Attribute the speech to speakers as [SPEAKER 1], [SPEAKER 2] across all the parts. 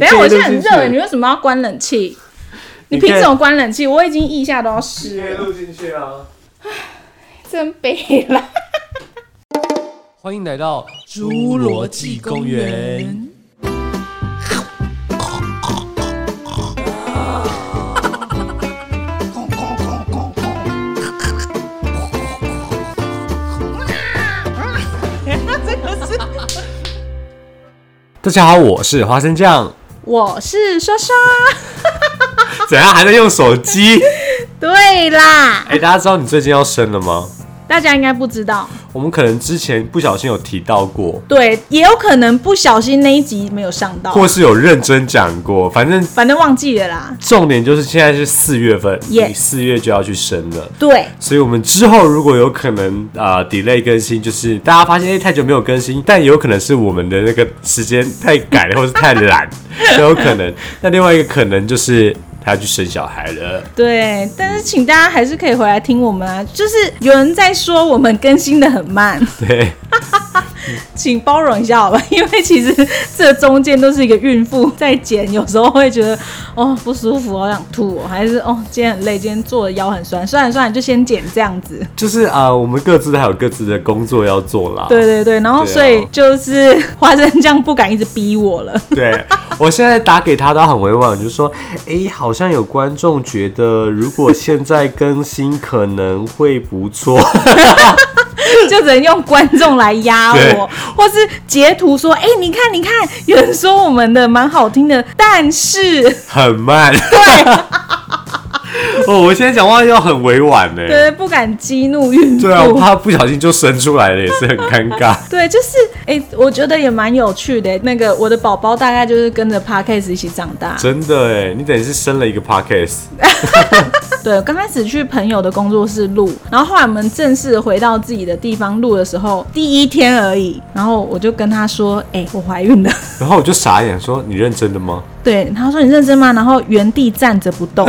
[SPEAKER 1] 等一下，我现在
[SPEAKER 2] 你
[SPEAKER 1] 很
[SPEAKER 2] 可以录进
[SPEAKER 1] 热，
[SPEAKER 2] 去
[SPEAKER 1] 你为什么要关冷气？你
[SPEAKER 2] 你可以
[SPEAKER 1] 凭什么关冷气？我已经腋下都要湿
[SPEAKER 2] 你可以
[SPEAKER 1] 了，
[SPEAKER 2] 录进去啊！
[SPEAKER 1] 真悲了。
[SPEAKER 2] 欢迎来到侏
[SPEAKER 3] 侏罗纪公园。
[SPEAKER 2] 大家好，我是花生酱。
[SPEAKER 1] 我是莎莎，
[SPEAKER 2] 怎样还在用手机？
[SPEAKER 1] 对啦，
[SPEAKER 2] 哎、大家知道你最近要生了吗？
[SPEAKER 1] 大家应该不知道，
[SPEAKER 2] 我们可能之前不小心有提到过，
[SPEAKER 1] 对，也有可能不小心那一集没有上到，
[SPEAKER 2] 或是有认真讲过，反正
[SPEAKER 1] 反正忘记了啦。
[SPEAKER 2] 重点就是现在是四月份，
[SPEAKER 1] Yes
[SPEAKER 2] 你四月就要去生了。
[SPEAKER 1] 对，
[SPEAKER 2] 所以，我们之后如果有可能啊、呃 delay 更新，就是大家发现哎、太久没有更新，但也有可能是我们的那个时间太赶了，或是太懒，都有可能。那另外一个可能就是他要去生小孩了。
[SPEAKER 1] 对，但是请大家还是可以回来听我们啊。就是有人在说我们更新的很慢，
[SPEAKER 2] 对，
[SPEAKER 1] 请包容一下好吧， 因为其实这中间都是一个孕妇在剪，有时候会觉得哦不舒服，好想吐、哦，还是哦今天很累，今天坐的腰很酸，算了算了，就先剪这样子。
[SPEAKER 2] 就是啊、呃我们各自还有各自的工作要做啦。
[SPEAKER 1] 对对对，然后
[SPEAKER 2] 对啊
[SPEAKER 1] 哦所以就是花生酱不敢一直逼我 了，
[SPEAKER 2] 对，我现在打给他都很委婉，我就说，哎，好像有观众觉得如果现在更新可能会不错。
[SPEAKER 1] 就只能用观众来压
[SPEAKER 2] 对
[SPEAKER 1] 我，或是截图说，哎、你看你看，有人说我们的蛮好听的，但是。
[SPEAKER 2] 很慢。对。 哦，我现在讲话要很委婉呢。
[SPEAKER 1] 对， 不敢激怒孕妇。
[SPEAKER 2] 对啊，我怕不小心就生出来了，也是很尴尬。
[SPEAKER 1] 对，就是哎、我觉得也蛮有趣的。那个我的宝宝大概就是跟着 podcast 一起长大。
[SPEAKER 2] 真的哎，你等于是生了一个 podcast，
[SPEAKER 1] 对，刚开始去朋友的工作室录，然后后来我们正式回到自己的地方录的时候，第一天而已。然后我就跟他说：“哎、我怀孕了。
[SPEAKER 2] 然后我就傻眼说：“你认真的吗”
[SPEAKER 1] 对，他说：“你认真吗？”然后原地站着不动。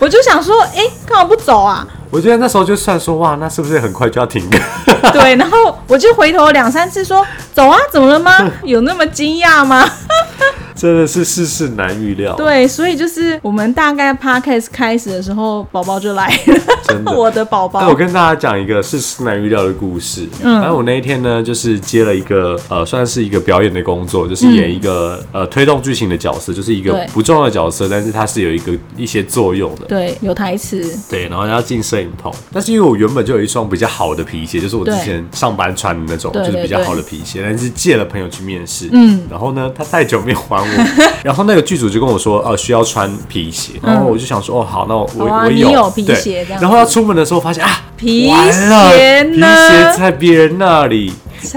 [SPEAKER 1] 我就想说：“哎、干嘛不走啊？”？”
[SPEAKER 2] 我觉得那时候就算说，哇，那是不是很快就要停更？
[SPEAKER 1] 对，然后我就回头两三次说：“走啊，怎么了吗？有那么惊讶吗？”
[SPEAKER 2] 真的是世事难预料。
[SPEAKER 1] 对，所以就是我们大概 podcast 开始的时候，宝宝就来
[SPEAKER 2] 真
[SPEAKER 1] 了，
[SPEAKER 2] 的
[SPEAKER 1] 我的宝
[SPEAKER 2] 哎那我
[SPEAKER 1] 宝。
[SPEAKER 2] 跟大家讲一个世事难预料的故事。嗯，反正我那一天呢，就是接了一个呃，算是一个表演的工作，就是演一个、呃推动剧情的角色，就是一
[SPEAKER 1] 对
[SPEAKER 2] 个不重要的角色，但是它是有一个一些作用的。
[SPEAKER 1] 对，有台词，
[SPEAKER 2] 对，然后要进摄影棚，但是因为我原本就有一双比较好的皮鞋，就是我之
[SPEAKER 1] 对
[SPEAKER 2] 前上班穿的那种，
[SPEAKER 1] 对
[SPEAKER 2] 就是
[SPEAKER 1] 对
[SPEAKER 2] 比较
[SPEAKER 1] 对
[SPEAKER 2] 好的皮鞋，但是借了朋友去面试，嗯，然后呢，他太久没有还 我，然后那个剧组就跟我说，呃，需要穿皮鞋，然后我就想说，哦，好，那我我、
[SPEAKER 1] 嗯好啊
[SPEAKER 2] 我
[SPEAKER 1] 你有皮
[SPEAKER 2] 对
[SPEAKER 1] 鞋这样
[SPEAKER 2] 然后要出门的时候发现啊，
[SPEAKER 1] 皮
[SPEAKER 2] 完了
[SPEAKER 1] 鞋
[SPEAKER 2] 皮
[SPEAKER 1] 呢
[SPEAKER 2] 鞋在别人那里，然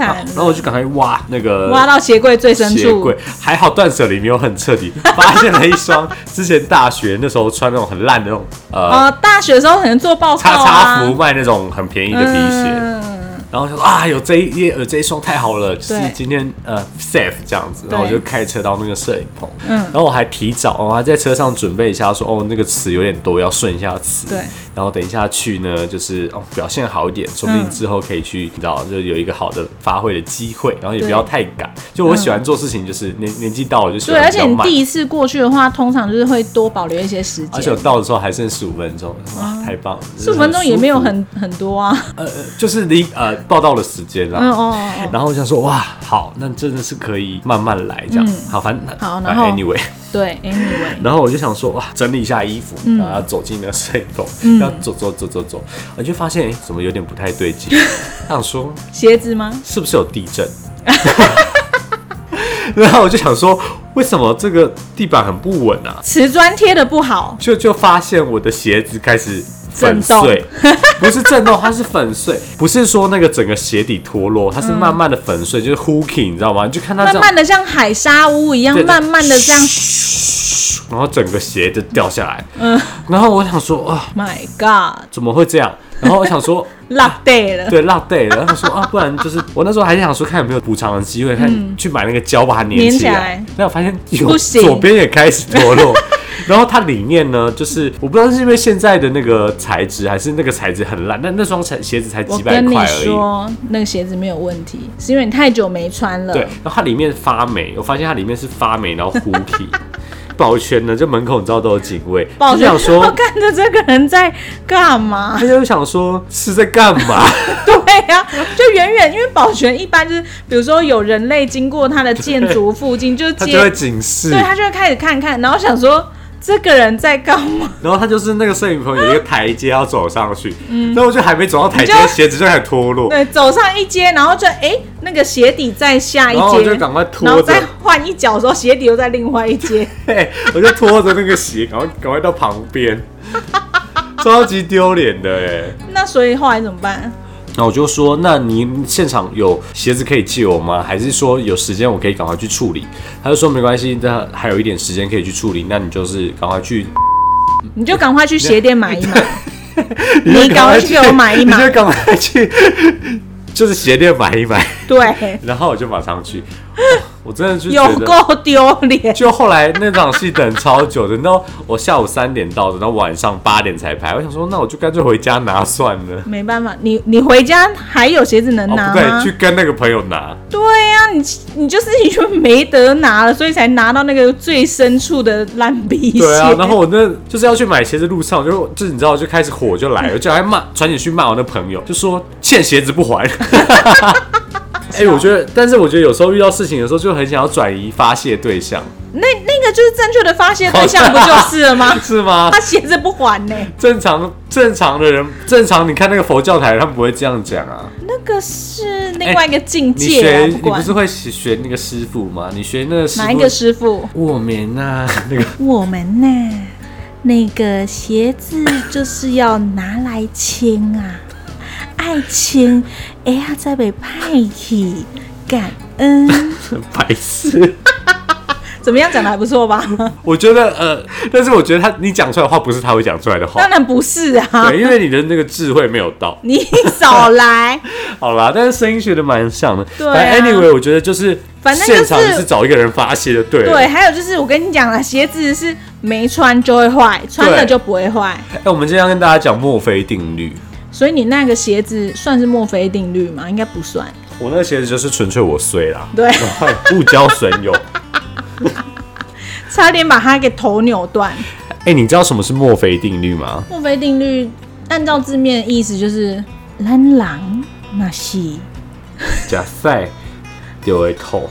[SPEAKER 2] 后
[SPEAKER 1] 惨
[SPEAKER 2] 然后我就赶快挖那个
[SPEAKER 1] 挖到鞋柜最深
[SPEAKER 2] 鞋
[SPEAKER 1] 处
[SPEAKER 2] 柜。，还好断舍离没有很彻底，发现了一双之前大学那时候穿那种很烂的那种 呃
[SPEAKER 1] 呃，大学的时候可能做报告
[SPEAKER 2] 叉叉服
[SPEAKER 1] 啊，
[SPEAKER 2] 卖那种很便宜的皮鞋，
[SPEAKER 1] 嗯，
[SPEAKER 2] 然后就说啊，有这一有这一双太好了，就是
[SPEAKER 1] 对
[SPEAKER 2] 今天呃 safe 这样子，然后我
[SPEAKER 1] 对
[SPEAKER 2] 就开车到那个摄影棚，嗯，然后我还提早，我还在车上准备一下说，哦那个词有点多，要顺一下词，
[SPEAKER 1] 对，
[SPEAKER 2] 然后等一下去呢，就是哦表现好一点，说不定
[SPEAKER 1] 嗯
[SPEAKER 2] 之后可以去，你知道，就有一个好的发挥的机会，然后也不
[SPEAKER 1] 对嗯
[SPEAKER 2] 要太赶，就我喜欢做事情，就是年年纪到了就喜
[SPEAKER 1] 对，
[SPEAKER 2] 欢
[SPEAKER 1] 而
[SPEAKER 2] 比
[SPEAKER 1] 且
[SPEAKER 2] 较
[SPEAKER 1] 你
[SPEAKER 2] 慢。
[SPEAKER 1] 第一次过去的话，通常就是会多保留一些时
[SPEAKER 2] 而且我
[SPEAKER 1] 间，
[SPEAKER 2] 到的时候还剩十五分钟，哇，太棒了！
[SPEAKER 1] 四
[SPEAKER 2] 十
[SPEAKER 1] 哦五分钟也没有很很多啊。
[SPEAKER 2] 呃，呃就是离呃报道的时间啦。
[SPEAKER 1] 嗯哦哦哦，
[SPEAKER 2] 然后我想说，哇，好，那真的是可以慢慢来这样。好，反正
[SPEAKER 1] 嗯好
[SPEAKER 2] 反
[SPEAKER 1] 然后
[SPEAKER 2] 正 anyway，
[SPEAKER 1] 对，anyway，
[SPEAKER 2] 然后我就想说，哇，整理一下衣服，
[SPEAKER 1] 嗯
[SPEAKER 2] 然后走进那个摄影棚，然后走走走走走，我就发现，哎，怎么有点不太对 劲？我想说，
[SPEAKER 1] 鞋子吗？
[SPEAKER 2] 是不是有地震？ 然后我就想说，为什么这个地板很不稳啊？
[SPEAKER 1] 瓷砖贴的不好，
[SPEAKER 2] 就就发现我的鞋子开始粉碎， 不是震动，它是粉碎，不是说那个整个鞋底脱落，它是慢慢的粉碎，就是 hooking，你知道吗？你就看它
[SPEAKER 1] 嗯慢
[SPEAKER 2] 这样，
[SPEAKER 1] 慢的像海沙屋一样，
[SPEAKER 2] 对
[SPEAKER 1] 慢慢的这样。
[SPEAKER 2] 然后整个鞋就掉下来，嗯，然后我想说啊，
[SPEAKER 1] My God，
[SPEAKER 2] 怎么会这样？然后我想说。
[SPEAKER 1] 落地 了。
[SPEAKER 2] 对，落对了。然后说啊，不然就是我那时候还想说，看有没有补偿的机会，看去买那个胶把它粘
[SPEAKER 1] 嗯粘
[SPEAKER 2] 起
[SPEAKER 1] 起
[SPEAKER 2] 来
[SPEAKER 1] 来。
[SPEAKER 2] 那我发现有
[SPEAKER 1] 不行
[SPEAKER 2] 左边也开始脱落， 然后它里面呢，就是我不知道是因为现在的那个材质，还是那个材质很烂，那那双鞋鞋子才
[SPEAKER 1] 我
[SPEAKER 2] 几百
[SPEAKER 1] 跟你
[SPEAKER 2] 块而已。
[SPEAKER 1] 说，那个鞋子没有问题，是因为你太久没穿了。
[SPEAKER 2] 对，然后它里面发霉，我发现它里面是发霉，然后糊体。 保全呢，就门口你知道都有警卫，
[SPEAKER 1] 抱
[SPEAKER 2] 就
[SPEAKER 1] 歉，
[SPEAKER 2] 想说
[SPEAKER 1] 我，看着这个人在干嘛
[SPEAKER 2] 他？就想说是在干 嘛？
[SPEAKER 1] 对呀、就远远，因为保全一般就是，比如说有人类经过他的建筑附近，就
[SPEAKER 2] 他就会
[SPEAKER 1] 接，
[SPEAKER 2] 警示，
[SPEAKER 1] 对他就会开始看看，然后想说这个人在干 嘛？
[SPEAKER 2] 然后他就是那个摄影棚有一个台阶要走上去，嗯，然后我就还没走到台阶
[SPEAKER 1] 你，就
[SPEAKER 2] 鞋子就开始脱落，
[SPEAKER 1] 对，走上一阶，然后就哎、那个鞋底在下一
[SPEAKER 2] 然后我
[SPEAKER 1] 阶，
[SPEAKER 2] 就赶快拖着
[SPEAKER 1] 然后再换一脚的时候，鞋底又在另外一阶。
[SPEAKER 2] 嘿我就拖着那个鞋， 赶快赶快到旁 边，超级丢脸的哎。
[SPEAKER 1] 那所以后来怎么办？
[SPEAKER 2] 那我就说，那你现场有鞋子可以借我吗？还是说有时间我可以赶快去处理？他就说没关系，那还有一点时间可以去处理，那你就是赶快去，
[SPEAKER 1] 你就赶快去鞋店买一买。
[SPEAKER 2] 就
[SPEAKER 1] 你赶快去给我买一买
[SPEAKER 2] 你就赶快去， 就是鞋店买一买。
[SPEAKER 1] 对，
[SPEAKER 2] 然后我就马上去，哦我真的就觉
[SPEAKER 1] 有
[SPEAKER 2] 得。
[SPEAKER 1] 够丢脸。
[SPEAKER 2] 就后来那场戏等超久的，然后我下午三点到的，然后晚上八点才拍。我想说，那我就干脆回家拿算了。
[SPEAKER 1] 没办法，你你回家还有鞋子能
[SPEAKER 2] 哦，
[SPEAKER 1] 拿
[SPEAKER 2] 不
[SPEAKER 1] 吗？
[SPEAKER 2] 对，去跟那个朋友拿。
[SPEAKER 1] 对呀、你你就是因为没得拿了，所以才拿到那个最深处的烂鼻血。
[SPEAKER 2] 对啊，然后我那就是要去买鞋子，路上我就就是你知道，就开始火就来了，就还骂传简讯骂我那朋友，就说欠鞋子不还。 哎、我觉得，但是我觉得有时候遇到事情的时候，就很想要转移发泄对象，？
[SPEAKER 1] 那那个就是正确的发泄对象，不就是了吗
[SPEAKER 2] 是吗
[SPEAKER 1] 他？鞋子不还呢、
[SPEAKER 2] 正常正常的人，正常你看那个佛教台，他们不会这样讲啊。
[SPEAKER 1] 那个是另外一个境
[SPEAKER 2] 你
[SPEAKER 1] 界、啊
[SPEAKER 2] 学
[SPEAKER 1] 不
[SPEAKER 2] 你不
[SPEAKER 1] 管
[SPEAKER 2] 是会学学那个师傅吗？你学那个师傅
[SPEAKER 1] 哪一个师傅，
[SPEAKER 2] 我们啊，那 个
[SPEAKER 1] 我们呢、那个鞋子就是要拿来牵 啊，爱牵，哎呀，在被派去感恩，
[SPEAKER 2] 白痴，
[SPEAKER 1] 怎么样讲的还不错 吧？
[SPEAKER 2] 我觉得呃，但是我觉得他你讲出来的话不是他会讲出来的话
[SPEAKER 1] 当，然不是啊，
[SPEAKER 2] 对，因为你的那个智慧没有到。
[SPEAKER 1] 你少来。
[SPEAKER 2] 好啦，但是声音学的蛮像的。
[SPEAKER 1] 对啊
[SPEAKER 2] 反正 anyway，我觉得就是
[SPEAKER 1] 反正就是
[SPEAKER 2] 现场就是找一个人发泄就对了。
[SPEAKER 1] 对，还有就是我跟你讲了，鞋子是没穿就会坏，穿了就不会坏，
[SPEAKER 2] 哎、我们今天要跟大家讲墨菲定律。
[SPEAKER 1] 所以你那个鞋子算是墨菲定律吗？应该不算。
[SPEAKER 2] 我那个鞋子就是纯粹我衰啦，
[SPEAKER 1] 对，
[SPEAKER 2] 然后误交损友。
[SPEAKER 1] 差点把它给头扭断。
[SPEAKER 2] 哎、你知道什么是墨菲定律 吗？
[SPEAKER 1] 墨菲定律按照字面意思就是蓝狼那是
[SPEAKER 2] 假赛丢会透。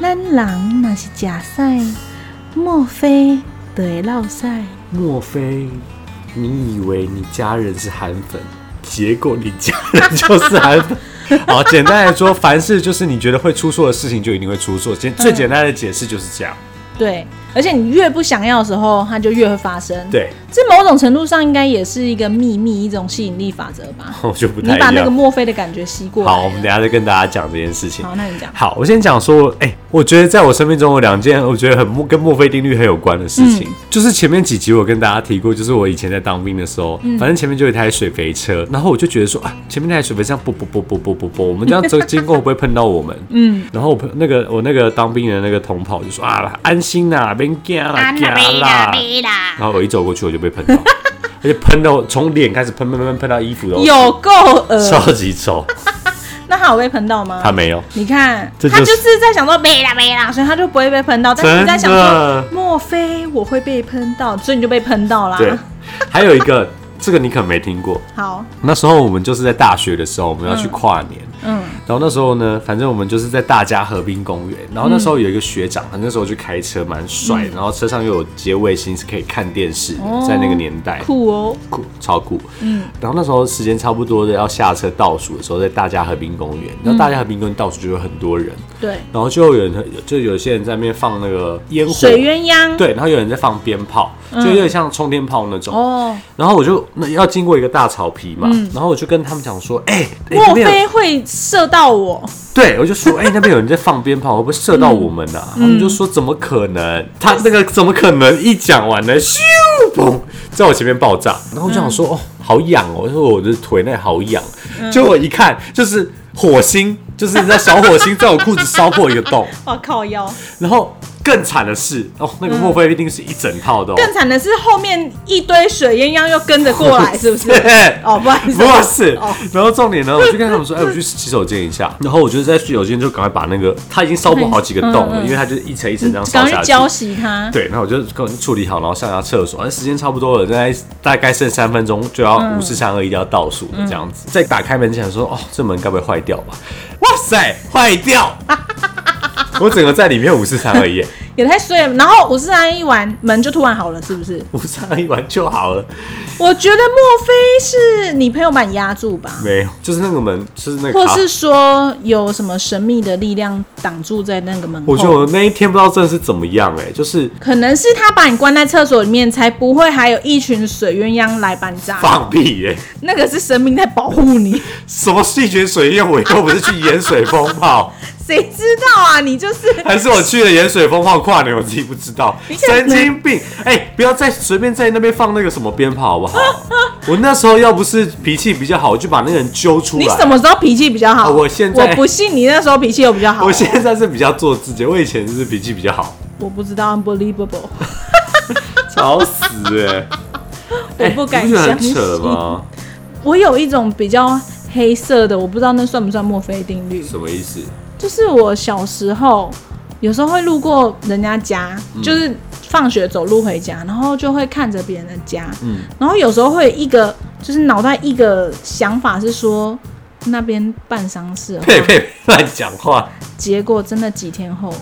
[SPEAKER 1] 蓝狼那是假赛，墨菲对绕赛。
[SPEAKER 2] 莫非你以为你家人是韩粉，结果你家人就是韩 粉？好，简单来说，凡事就是你觉得会出错的事情，就一定会出错。简
[SPEAKER 1] 嗯
[SPEAKER 2] 最简单的解释就是这样。
[SPEAKER 1] 对，而且你越不想要的时候，它就越会发生。，
[SPEAKER 2] 对，
[SPEAKER 1] 这某种程度上应该也是一个秘密，一种吸引力法则吧。
[SPEAKER 2] 我就 不
[SPEAKER 1] 你
[SPEAKER 2] 太
[SPEAKER 1] 把
[SPEAKER 2] 一
[SPEAKER 1] 那个
[SPEAKER 2] 样。
[SPEAKER 1] 墨菲的感觉吸过来。
[SPEAKER 2] 好，我们等一下再跟大家讲这件事情。
[SPEAKER 1] 好，那你讲。
[SPEAKER 2] 好，我先讲说，哎、我觉得在我生命中有两件我觉得很墨跟墨菲定律很有关的事情，就是前面几集我跟大家提过，就是我以前在当兵的时候，嗯反正前面就有一台水肥车，然后我就觉得说，啊，前面那台水肥车啵啵啵啵啵啵啵，我们这样走经过会不会碰到我们？嗯， 然后我朋那个我那个当兵的那个同袍就说啊，安心啦，别惊啦，惊啦，然后我一走过去我就被喷到，而且喷到从脸开始喷喷喷喷到衣服都是
[SPEAKER 1] 有够 恶，
[SPEAKER 2] 超级丑，
[SPEAKER 1] 那他有被喷到吗？
[SPEAKER 2] 他没有。
[SPEAKER 1] 你看，
[SPEAKER 2] 这就
[SPEAKER 1] 他
[SPEAKER 2] 是
[SPEAKER 1] 就是在想说没啦没啦，所以他就不会被喷到。但是你在
[SPEAKER 2] 真
[SPEAKER 1] 想说
[SPEAKER 2] 的，
[SPEAKER 1] 莫非我会被喷到？所以你就被喷到啦。
[SPEAKER 2] 对，还有一个， 这个你可能没听过。
[SPEAKER 1] 好，
[SPEAKER 2] 那时候我们就是在大学的时候，我们要去跨年。
[SPEAKER 1] 嗯，
[SPEAKER 2] 然后那时候呢，反正我们就是在大家河滨公园。然后那时候有一个学长，他那时候就开车蛮帅，然后车上又有接卫星是可以看电视的，
[SPEAKER 1] 嗯哦
[SPEAKER 2] 在那个年代
[SPEAKER 1] 酷哦，
[SPEAKER 2] 酷超酷。嗯，然后那时候时间差不多的要下车倒数的时候，在大家河滨公园。
[SPEAKER 1] 嗯
[SPEAKER 2] 然后大家河滨公园倒数就有很多人，
[SPEAKER 1] 对，
[SPEAKER 2] 然后就有人就有些人在那边放那个烟火，
[SPEAKER 1] 水嗯鸳鸯，，
[SPEAKER 2] 对，然后有人在放鞭炮，就有点像冲天炮那种。
[SPEAKER 1] 哦，
[SPEAKER 2] 然后我就那要经过一个大草皮嘛，然后我就跟他们讲说，哎、哎
[SPEAKER 1] 嗯莫
[SPEAKER 2] 那边有
[SPEAKER 1] 非会射到我？
[SPEAKER 2] 对我就说，哎、那边有人在放鞭炮，会不会射到我们呢、
[SPEAKER 1] 嗯
[SPEAKER 2] 啊？他们就说怎么可能？他那个怎么可能？一讲完呢，咻嘣，在我前面爆炸。然后我就想说，
[SPEAKER 1] 嗯
[SPEAKER 2] 哦，好痒哦，因为我的腿那里好痒。结果我一看，就是火星就是那小火星在我裤子烧破一个洞。
[SPEAKER 1] 哇靠腰！
[SPEAKER 2] 然后更惨的是，哦，那个莫非一定是一整套的、哦，
[SPEAKER 1] 嗯更惨的是后面一堆水鸳鸯又跟着 过来，是不是？哦， 不好意思，
[SPEAKER 2] 不是
[SPEAKER 1] 哦，
[SPEAKER 2] 然后重点呢，我就跟他们说，哎，我去洗手间一下。然后我就在洗手间就赶快把那个，它已经烧破好几个洞了，因为它就是一层一层这样烧
[SPEAKER 1] 嗯赶快
[SPEAKER 2] 下
[SPEAKER 1] 去浇
[SPEAKER 2] 去。
[SPEAKER 1] 熄它。
[SPEAKER 2] 对，然后我就赶快处理好，然后上一下厕所。哎，时间差不多了，大概大概剩三分钟就要五四三二一要倒数了，这样子。
[SPEAKER 1] 嗯
[SPEAKER 2] 再打开门前说，哦，这门该不会坏掉吧？哇塞，坏掉！我整个在里面五四三二一，
[SPEAKER 1] 也太衰了。然后五四三一完门就突然好了，是不是？
[SPEAKER 2] 五四三二一完就好了。
[SPEAKER 1] 我觉得莫非是你朋友把你压住吧，
[SPEAKER 2] 没有，就是那个门，就是那个
[SPEAKER 1] 或
[SPEAKER 2] 卡
[SPEAKER 1] 是说有什么神秘的力量挡住在那个门
[SPEAKER 2] 我觉得
[SPEAKER 1] 后？
[SPEAKER 2] 我那一天不知道真的是怎么样哎、就是
[SPEAKER 1] 可能是他把你关在厕所里面，才不会还有一群水鸳鸯来把你炸。
[SPEAKER 2] 放屁哎、
[SPEAKER 1] 那个是神明在保护 你，
[SPEAKER 2] 什么细菌水验，我又不是去盐水风炮，
[SPEAKER 1] 谁知道啊？你就是
[SPEAKER 2] 还是我去了盐水风炮跨年，我自己不知 道，
[SPEAKER 1] 你可能
[SPEAKER 2] 神经病哎、不要再随便在那边放那个什么鞭炮好不好？ 我那时候要不是脾气比较好，我就把那个人揪出
[SPEAKER 1] 你
[SPEAKER 2] 来
[SPEAKER 1] 什。么时候脾气比较好？
[SPEAKER 2] 啊我现在
[SPEAKER 1] 我不信你那时候脾气有比较好。
[SPEAKER 2] 我现在是比较做自己，我以前是脾气比较 好，
[SPEAKER 1] 我不知道，unbelievable，
[SPEAKER 2] 吵死哎、
[SPEAKER 1] 我
[SPEAKER 2] 哎
[SPEAKER 1] 不敢
[SPEAKER 2] 你觉得
[SPEAKER 1] 相
[SPEAKER 2] 很
[SPEAKER 1] 信。
[SPEAKER 2] 扯吗？
[SPEAKER 1] 我有一种比较黑色的，我不知道那算不算墨菲定律。
[SPEAKER 2] 什么意 思？
[SPEAKER 1] 就是我小时候有时候会路过人家家，
[SPEAKER 2] 嗯
[SPEAKER 1] 就是放学走路回家，然后就会看着别人的家，
[SPEAKER 2] 嗯
[SPEAKER 1] 然后有时候会有一个就是脑袋一个想法是说那边办丧事的话，
[SPEAKER 2] 呸呸，乱讲话。
[SPEAKER 1] 结果真的几天后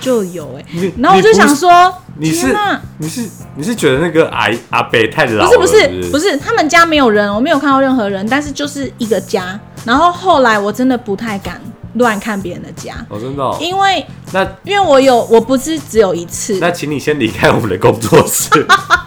[SPEAKER 1] 就有哎、
[SPEAKER 2] 你
[SPEAKER 1] 然后我就想，说，
[SPEAKER 2] 你不是
[SPEAKER 1] 天哪
[SPEAKER 2] 你是你是觉得那个阿阿北太老
[SPEAKER 1] 不
[SPEAKER 2] 了？
[SPEAKER 1] 是不
[SPEAKER 2] 是
[SPEAKER 1] 是不是，他们家没有人，我没有看到任何人，但是就是一个家。然后后来我真的不太敢乱看别人的家，
[SPEAKER 2] 哦，真的哦、
[SPEAKER 1] 因为
[SPEAKER 2] 那
[SPEAKER 1] 因为我有我不是只有一次，
[SPEAKER 2] 那请你先离开我们的工作室。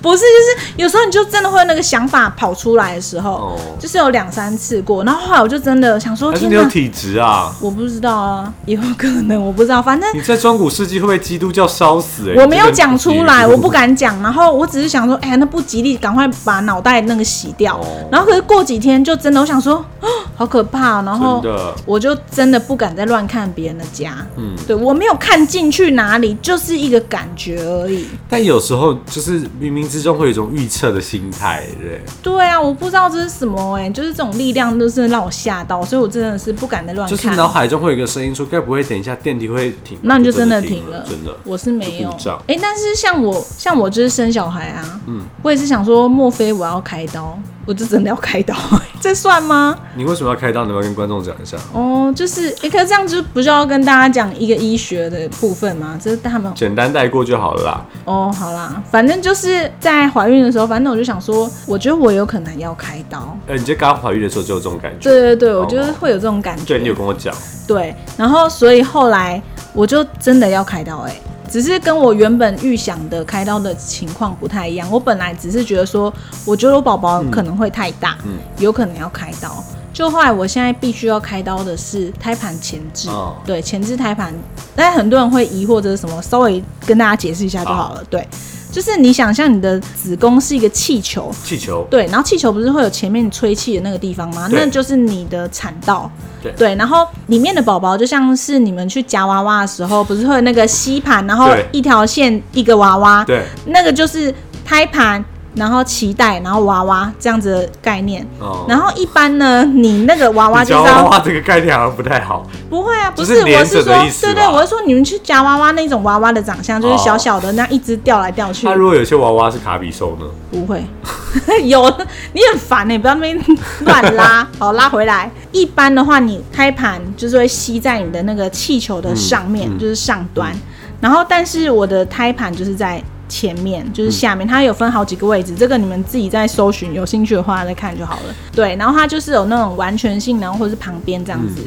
[SPEAKER 1] 不是就是有时候你就真的会有那个想法跑出来的时候，
[SPEAKER 2] 哦
[SPEAKER 1] 就是有两三次过。然后后来我就真的想说，
[SPEAKER 2] 还是
[SPEAKER 1] 哦天
[SPEAKER 2] 你有
[SPEAKER 1] 哪，
[SPEAKER 2] 体质啊？
[SPEAKER 1] 我不知道啊，有可能我不知道，反正
[SPEAKER 2] 你在中古世纪会不会基督教烧死、欸？
[SPEAKER 1] 我没有讲出
[SPEAKER 2] 你
[SPEAKER 1] 来，
[SPEAKER 2] 这个
[SPEAKER 1] 我不。敢讲。然后我只是想说，哎、那不吉利，赶快把脑袋那个洗掉。
[SPEAKER 2] 哦
[SPEAKER 1] 然后可是过几天就真的，我想说， 啊好可怕、哦。然后
[SPEAKER 2] 真的
[SPEAKER 1] 我就真的不敢再乱看别人的家。
[SPEAKER 2] 嗯，
[SPEAKER 1] 对我没有看进去哪里，就是一个感觉而已。
[SPEAKER 2] 但有时候就是冥冥之中会有一种预测的心态，对不对。
[SPEAKER 1] 对啊，我不知道这是什么哎、就是这种力量都是让我吓到，所以我真的是不敢再乱看。
[SPEAKER 2] 就是脑海中会有一个声音说：“该不会等一下电梯会停吧？”
[SPEAKER 1] 那你就
[SPEAKER 2] 真
[SPEAKER 1] 真的
[SPEAKER 2] 停
[SPEAKER 1] 停了，
[SPEAKER 2] 真的。
[SPEAKER 1] 我是没有
[SPEAKER 2] 就故障。
[SPEAKER 1] 哎、但是像我，像我就是生小孩啊，嗯，我也是想说，莫非我要开刀？我就真的要开刀， 这算吗？
[SPEAKER 2] 你为什么要开刀？你要不要跟观众讲一下
[SPEAKER 1] 哦，就是，哎、可是这样就不是要跟大家讲一个医学的部分吗？这是他们
[SPEAKER 2] 简单带过就好了啦。
[SPEAKER 1] 哦，好啦，反正就是在怀孕的时候，反正我就想说，我觉得我有可能要开刀。
[SPEAKER 2] 呃，你就刚怀孕的时候就有这种感觉。
[SPEAKER 1] 对对对，我觉得会有这种感觉。
[SPEAKER 2] 对，你有跟我讲。
[SPEAKER 1] 对，然后所以后来我就真的要开刀哎、只是跟我原本预想的开刀的情况不太一样。我本来只是觉得说，我觉得我宝宝可能会太大，
[SPEAKER 2] 嗯
[SPEAKER 1] 有可能要开刀。就后来我现在必须要开刀的是胎盘前置，
[SPEAKER 2] 哦
[SPEAKER 1] 对前置胎盘。但很多人会疑惑这是什么，稍微跟大家解释一下就好了。对，就是你想象你的子宫是一个气球，
[SPEAKER 2] 气球，
[SPEAKER 1] 对，然后气球不是会有前面吹气的那个地方吗？
[SPEAKER 2] 对
[SPEAKER 1] 那就是你的产道。
[SPEAKER 2] 对
[SPEAKER 1] 然后里面的宝宝就像是你们去夹娃娃的时候，不是会有那个吸盘，然后
[SPEAKER 2] 对
[SPEAKER 1] 一条线一个娃娃，
[SPEAKER 2] 对，
[SPEAKER 1] 那个就是胎盘，然后脐带，然后娃娃这样子的概念。
[SPEAKER 2] 哦
[SPEAKER 1] 然后一般呢，你那个娃娃
[SPEAKER 2] 你
[SPEAKER 1] 就
[SPEAKER 2] 夹
[SPEAKER 1] 是
[SPEAKER 2] 娃
[SPEAKER 1] 要
[SPEAKER 2] 娃这个概念好像不太好。
[SPEAKER 1] 不会啊，不
[SPEAKER 2] 就是
[SPEAKER 1] 是，我
[SPEAKER 2] 连
[SPEAKER 1] 是
[SPEAKER 2] 着
[SPEAKER 1] 说
[SPEAKER 2] 的意，思
[SPEAKER 1] 对
[SPEAKER 2] 吧
[SPEAKER 1] 对，我是说你们去夹娃娃那种娃娃的长相，就是
[SPEAKER 2] 哦
[SPEAKER 1] 小小的，那一直掉来掉去
[SPEAKER 2] 那。如果有些娃娃是卡比兽呢？
[SPEAKER 1] 不会， 有的你很烦呢、欸不要那边乱拉，好拉回来。一般的话，你胎盘就是会吸在你的那个气球的上面，就是上端。然后，但是我的胎盘就是在前面，就是下面，它有分好几个位置，这个你们自己在搜寻，有兴趣的话再看就好了。对，然后它就是有那种完全性，然后或者是旁边这样子。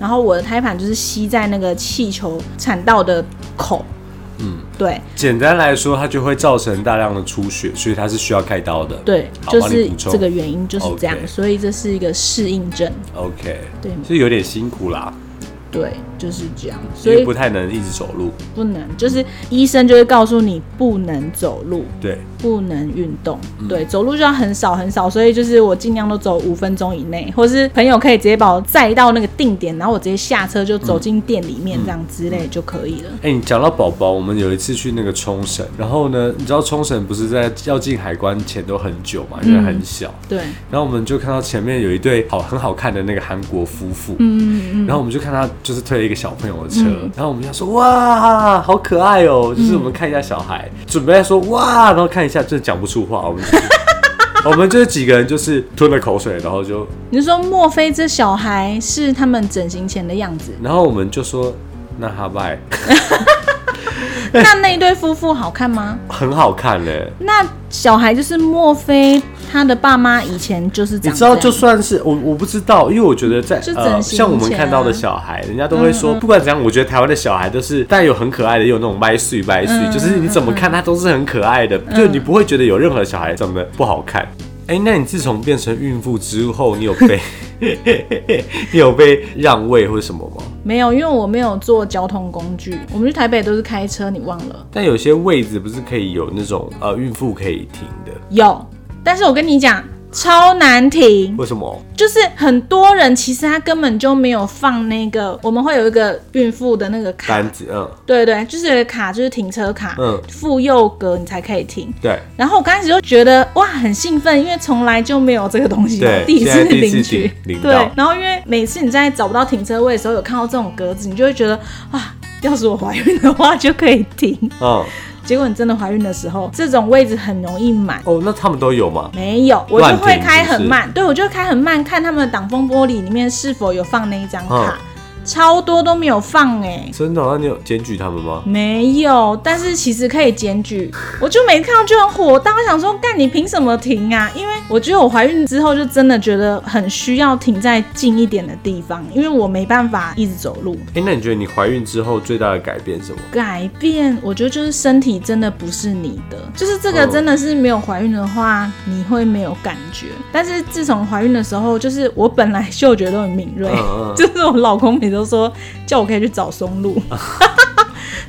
[SPEAKER 1] 然后我的胎盘就是吸在那个气球产道的口，嗯，对
[SPEAKER 2] 简单来说，它就会造成大量的出血，所以它是需要开刀的。
[SPEAKER 1] 对，
[SPEAKER 2] 好
[SPEAKER 1] 就
[SPEAKER 2] 帮你
[SPEAKER 1] 是
[SPEAKER 2] 补充
[SPEAKER 1] 这个原因就是这样
[SPEAKER 2] OK
[SPEAKER 1] 所以这是一个适应症。
[SPEAKER 2] ，OK，
[SPEAKER 1] 对
[SPEAKER 2] 是有点辛苦啦。
[SPEAKER 1] 对，就是这样，所
[SPEAKER 2] 因为
[SPEAKER 1] 以
[SPEAKER 2] 不太能一直走路。
[SPEAKER 1] 不能，就是医生就会告诉你不能走路，
[SPEAKER 2] 对，
[SPEAKER 1] 不能运动，
[SPEAKER 2] 嗯
[SPEAKER 1] 对，走路就要很少很少，所以就是我尽量都走五分钟以内，或是朋友可以直接把我载到那个定点，然后我直接下车就走进店里
[SPEAKER 2] 嗯
[SPEAKER 1] 面这样之类就可以了。
[SPEAKER 2] 哎、你讲到宝宝，我们有一次去那个冲绳，然后呢，你知道冲绳不是在要进海关前都很久嘛，因为很小。
[SPEAKER 1] 对，
[SPEAKER 2] 然后我们就看到前面有一对好很好看的那个韩国夫妇，嗯嗯，嗯然后我们就看他就是推了一个小朋友的车，然后我们就说哇，好可爱哦，就是我们看一下小孩，准备说哇，然后看一下就是讲不出话，我们就 我们这几个人就是吞了口水，然后就
[SPEAKER 1] 你说莫非这小孩是他们整形前的样子？
[SPEAKER 2] 然后我们就说那哈拜
[SPEAKER 1] 那那一对夫妇好看吗？
[SPEAKER 2] 很好看嘞、
[SPEAKER 1] 那小孩就是莫非他的爸妈以前就是
[SPEAKER 2] 你
[SPEAKER 1] 长
[SPEAKER 2] 知
[SPEAKER 1] 这
[SPEAKER 2] 道，
[SPEAKER 1] 样，
[SPEAKER 2] 就算是我，我不知道，因为我觉得在
[SPEAKER 1] 就
[SPEAKER 2] 呃，
[SPEAKER 1] 整形
[SPEAKER 2] 像我们
[SPEAKER 1] 前啊
[SPEAKER 2] 看到的小孩，人家都会说，不管怎样，我觉得台湾的小孩都是，但有很可爱的，也有那种掰碎掰碎，就是你怎么看他都是很可爱的，就你不会觉得有任何小孩长得不好看。哎、那你自从变成孕妇之后，你有被 你有被让位或者什么吗？
[SPEAKER 1] 没有，因为我没有坐交通工具，我们去台北都是开车，你忘了？
[SPEAKER 2] 但有些位置不是可以有那种呃孕妇可以停的，
[SPEAKER 1] 有，但是我跟你讲，超难停。
[SPEAKER 2] 为什么？
[SPEAKER 1] 就是很多人其实他根本就没有放那个，我们会有一个孕妇的那个卡，
[SPEAKER 2] 单子，嗯，
[SPEAKER 1] 对对，就是有一个卡，就是停车卡，
[SPEAKER 2] 嗯
[SPEAKER 1] 妇幼格你才可以停。
[SPEAKER 2] 对。
[SPEAKER 1] 然后我刚开始就觉得哇很兴奋，因为从来就没有这个东西嘛
[SPEAKER 2] 对，
[SPEAKER 1] 第一
[SPEAKER 2] 现
[SPEAKER 1] 次
[SPEAKER 2] 在第一次
[SPEAKER 1] 领取
[SPEAKER 2] 领，领
[SPEAKER 1] 对
[SPEAKER 2] 到。
[SPEAKER 1] 然后因为每次你在找不到停车位的时候，有看到这种格子，你就会觉得啊，要是我怀孕的话就可以停。
[SPEAKER 2] 嗯，
[SPEAKER 1] 结果你真的怀孕的时候，这种位置很容易满。
[SPEAKER 2] 哦，那他们都有吗？
[SPEAKER 1] 没有，我就会开很
[SPEAKER 2] 乱
[SPEAKER 1] 慢，对我就会开很慢，看他们的挡风玻璃里面是否有放那一张卡，
[SPEAKER 2] 嗯
[SPEAKER 1] 超多都没有放哎、
[SPEAKER 2] 真的、哦？那你有检举他们吗？
[SPEAKER 1] 没有，但是其实可以检举。我就每次看到就很火大，我想说，干你凭什么停啊？因为我觉得我怀孕之后就真的觉得很需要停在近一点的地方，因为我没办法一直走路。
[SPEAKER 2] 哎、那你觉得你怀孕之后最大的改变是什么？
[SPEAKER 1] 改变，我觉得就是身体真的不是你的，就是这个
[SPEAKER 2] 嗯
[SPEAKER 1] 真的是没有怀孕的话，你会没有感觉。但是自从怀孕的时候，就是我本来嗅觉都很敏锐，
[SPEAKER 2] 嗯嗯
[SPEAKER 1] 就是我老公每周说叫我可以去找松露。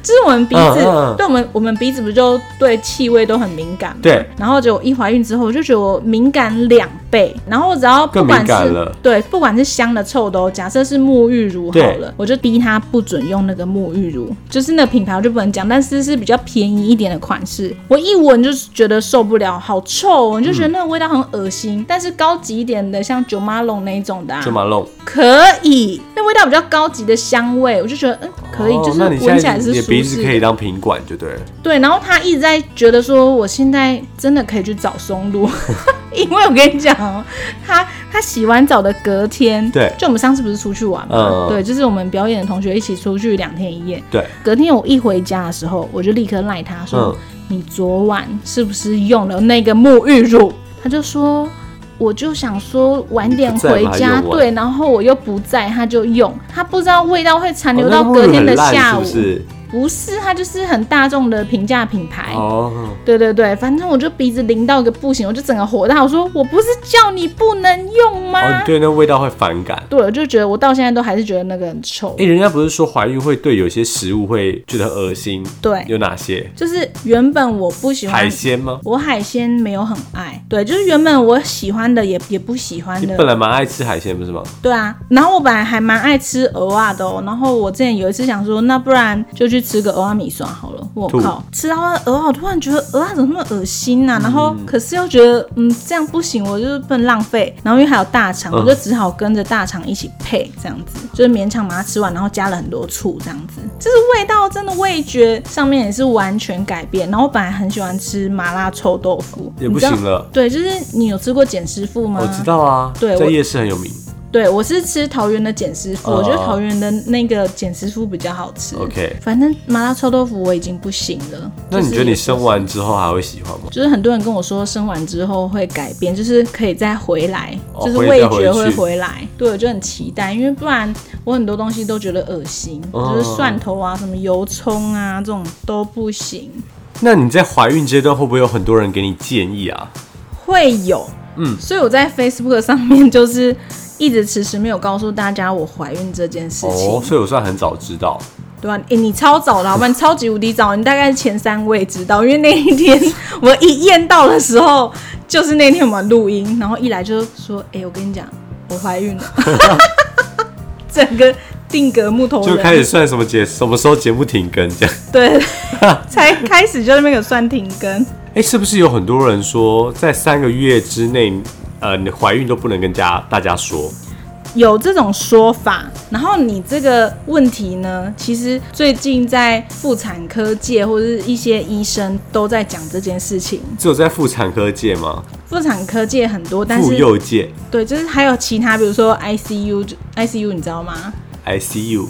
[SPEAKER 1] 就是我们鼻子，
[SPEAKER 2] 嗯嗯嗯
[SPEAKER 1] 对我们我们鼻子不就对气味都很敏感吗？
[SPEAKER 2] 对。
[SPEAKER 1] 然后就一怀孕之后，我就觉得我敏感两倍。然后我只要不
[SPEAKER 2] 更敏
[SPEAKER 1] 管是
[SPEAKER 2] 感了
[SPEAKER 1] 对，不管是香的臭的哦，假设是沐浴乳好
[SPEAKER 2] 对
[SPEAKER 1] 了，我就逼他不准用那个沐浴乳，就是那个品牌我就不能讲，但是是比较便宜一点的款式。我一闻就是觉得受不了，好臭、哦，你就觉得那个味道很恶心。但是高级一点的，像九马龙那一种的、啊
[SPEAKER 2] 就，马龙，
[SPEAKER 1] 可以，那味道比较高级的香味，我就觉得嗯可以，
[SPEAKER 2] 哦
[SPEAKER 1] 就是
[SPEAKER 2] 那你现
[SPEAKER 1] 闻起
[SPEAKER 2] 在
[SPEAKER 1] 来
[SPEAKER 2] 你
[SPEAKER 1] 是
[SPEAKER 2] 你的
[SPEAKER 1] 舒
[SPEAKER 2] 鼻子
[SPEAKER 1] 适
[SPEAKER 2] 可以
[SPEAKER 1] 的。
[SPEAKER 2] 当品管，就对了。
[SPEAKER 1] 对，然后他一直在觉得说，我现在真的可以去找松露， 因为我跟你讲哦，他他洗完澡的隔天，
[SPEAKER 2] 对
[SPEAKER 1] 就我们上次不是出去玩嘛
[SPEAKER 2] 嗯，
[SPEAKER 1] 对，就是我们表演的同学一起出去两天一夜，
[SPEAKER 2] 对，
[SPEAKER 1] 隔天我一回家的时候，我就立刻赖他
[SPEAKER 2] 嗯
[SPEAKER 1] 说：“你昨晚是不是用了那个沐浴乳？”他就说：“我就想说晚点回
[SPEAKER 2] 你不在嘛
[SPEAKER 1] 家，
[SPEAKER 2] 用完
[SPEAKER 1] 对，然后我又不在，他就用。他不知道味道会残
[SPEAKER 2] 哦
[SPEAKER 1] 啊留
[SPEAKER 2] 那
[SPEAKER 1] 到
[SPEAKER 2] 会
[SPEAKER 1] 隔
[SPEAKER 2] 不会
[SPEAKER 1] 天的
[SPEAKER 2] 很烂
[SPEAKER 1] 下午，
[SPEAKER 2] 是不是？
[SPEAKER 1] 不是，它就是很大众的平价品牌。
[SPEAKER 2] 哦，
[SPEAKER 1] 对对对，反正我就鼻子淋到一个不行，我就整个火大，我说我不是叫你不能用吗？
[SPEAKER 2] 哦，你对那味道会反感。
[SPEAKER 1] 对，我就觉得我到现在都还是觉得那个很臭。
[SPEAKER 2] 哎、人家不是说怀孕会对有些食物会觉得恶心？
[SPEAKER 1] 对
[SPEAKER 2] 有哪些？
[SPEAKER 1] 就是原本我不喜欢
[SPEAKER 2] 海鲜吗？
[SPEAKER 1] 我海鲜没有很爱，对，就是原本我喜欢的也也不喜欢
[SPEAKER 2] 你本
[SPEAKER 1] 的，
[SPEAKER 2] 来蛮爱吃海鲜，不是吗？
[SPEAKER 1] 对啊。然后我本来还蛮爱吃鹅啊的、哦，然后我之前有一次想说，那不然就去吃个鹅啊米刷好了。我
[SPEAKER 2] 吐
[SPEAKER 1] 靠，吃到那鹅啊，我突然觉得鹅啊怎么那么恶心啊
[SPEAKER 2] 嗯
[SPEAKER 1] 呐、然后可是又觉得嗯这样不行，我就是不能浪费。然后因为还有大肠，
[SPEAKER 2] 嗯
[SPEAKER 1] 我就只好跟着大肠一起配这样子，就是勉强把它吃完，然后加了很多醋这样子。就是味道真的味觉上面也是完全改变。然后我本来很喜欢吃麻辣臭豆腐，
[SPEAKER 2] 也不
[SPEAKER 1] 你知道
[SPEAKER 2] 行了。
[SPEAKER 1] 对，就是你有吃过简师傅吗？
[SPEAKER 2] 我知。道啊，
[SPEAKER 1] 对
[SPEAKER 2] 在
[SPEAKER 1] 我
[SPEAKER 2] 夜市很有名。
[SPEAKER 1] 对，我是吃桃园的简师傅，
[SPEAKER 2] 哦
[SPEAKER 1] 我觉得桃园的那个简师傅比较好吃。
[SPEAKER 2] OK
[SPEAKER 1] 反正麻辣臭豆腐我已经不行了。
[SPEAKER 2] 那你
[SPEAKER 1] 就是
[SPEAKER 2] 觉得你生完之后还会喜欢吗？
[SPEAKER 1] 就是很多人跟我说，生完之后会改变，就是可以再回来，
[SPEAKER 2] 哦
[SPEAKER 1] 就是
[SPEAKER 2] 会
[SPEAKER 1] 味
[SPEAKER 2] 再回
[SPEAKER 1] 觉会
[SPEAKER 2] 去
[SPEAKER 1] 回来。对，我就很期待，因为不然我很多东西都觉得恶心，
[SPEAKER 2] 哦
[SPEAKER 1] 就是蒜头啊、什么油葱啊这种都不行。
[SPEAKER 2] 那你在怀孕阶段会不会有很多人给你建议啊？
[SPEAKER 1] 会有，
[SPEAKER 2] 嗯
[SPEAKER 1] 所以我在 Facebook 上面就是一直迟迟没有告诉大家我怀孕这件事情。
[SPEAKER 2] 哦，所以我算很早知道，
[SPEAKER 1] 对啊，诶你超早的，好吧，你超级无敌早，你大概是前三位知道，因为那一天我一验到的时候，就是那天我们录音，然后一来就说，哎、我跟你讲，我怀孕了， 整个定格木头人
[SPEAKER 2] 就开始算什么节什么时候节目停更这样。
[SPEAKER 1] 对， 才开始就那边有算停更，
[SPEAKER 2] 哎、是不是有很多人说，在三个月之内，呃，你怀孕都不能跟家大家说？
[SPEAKER 1] 有这种说法。然后你这个问题呢，其实最近在妇产科界或者是一些医生都在讲这件事情，
[SPEAKER 2] 只有在妇产科界吗？
[SPEAKER 1] 妇产科界很多，但
[SPEAKER 2] 妇
[SPEAKER 1] 是
[SPEAKER 2] 幼界
[SPEAKER 1] 对，就是还有其他，比如说 ICU 就 ICU，你知道吗？
[SPEAKER 2] ，ICU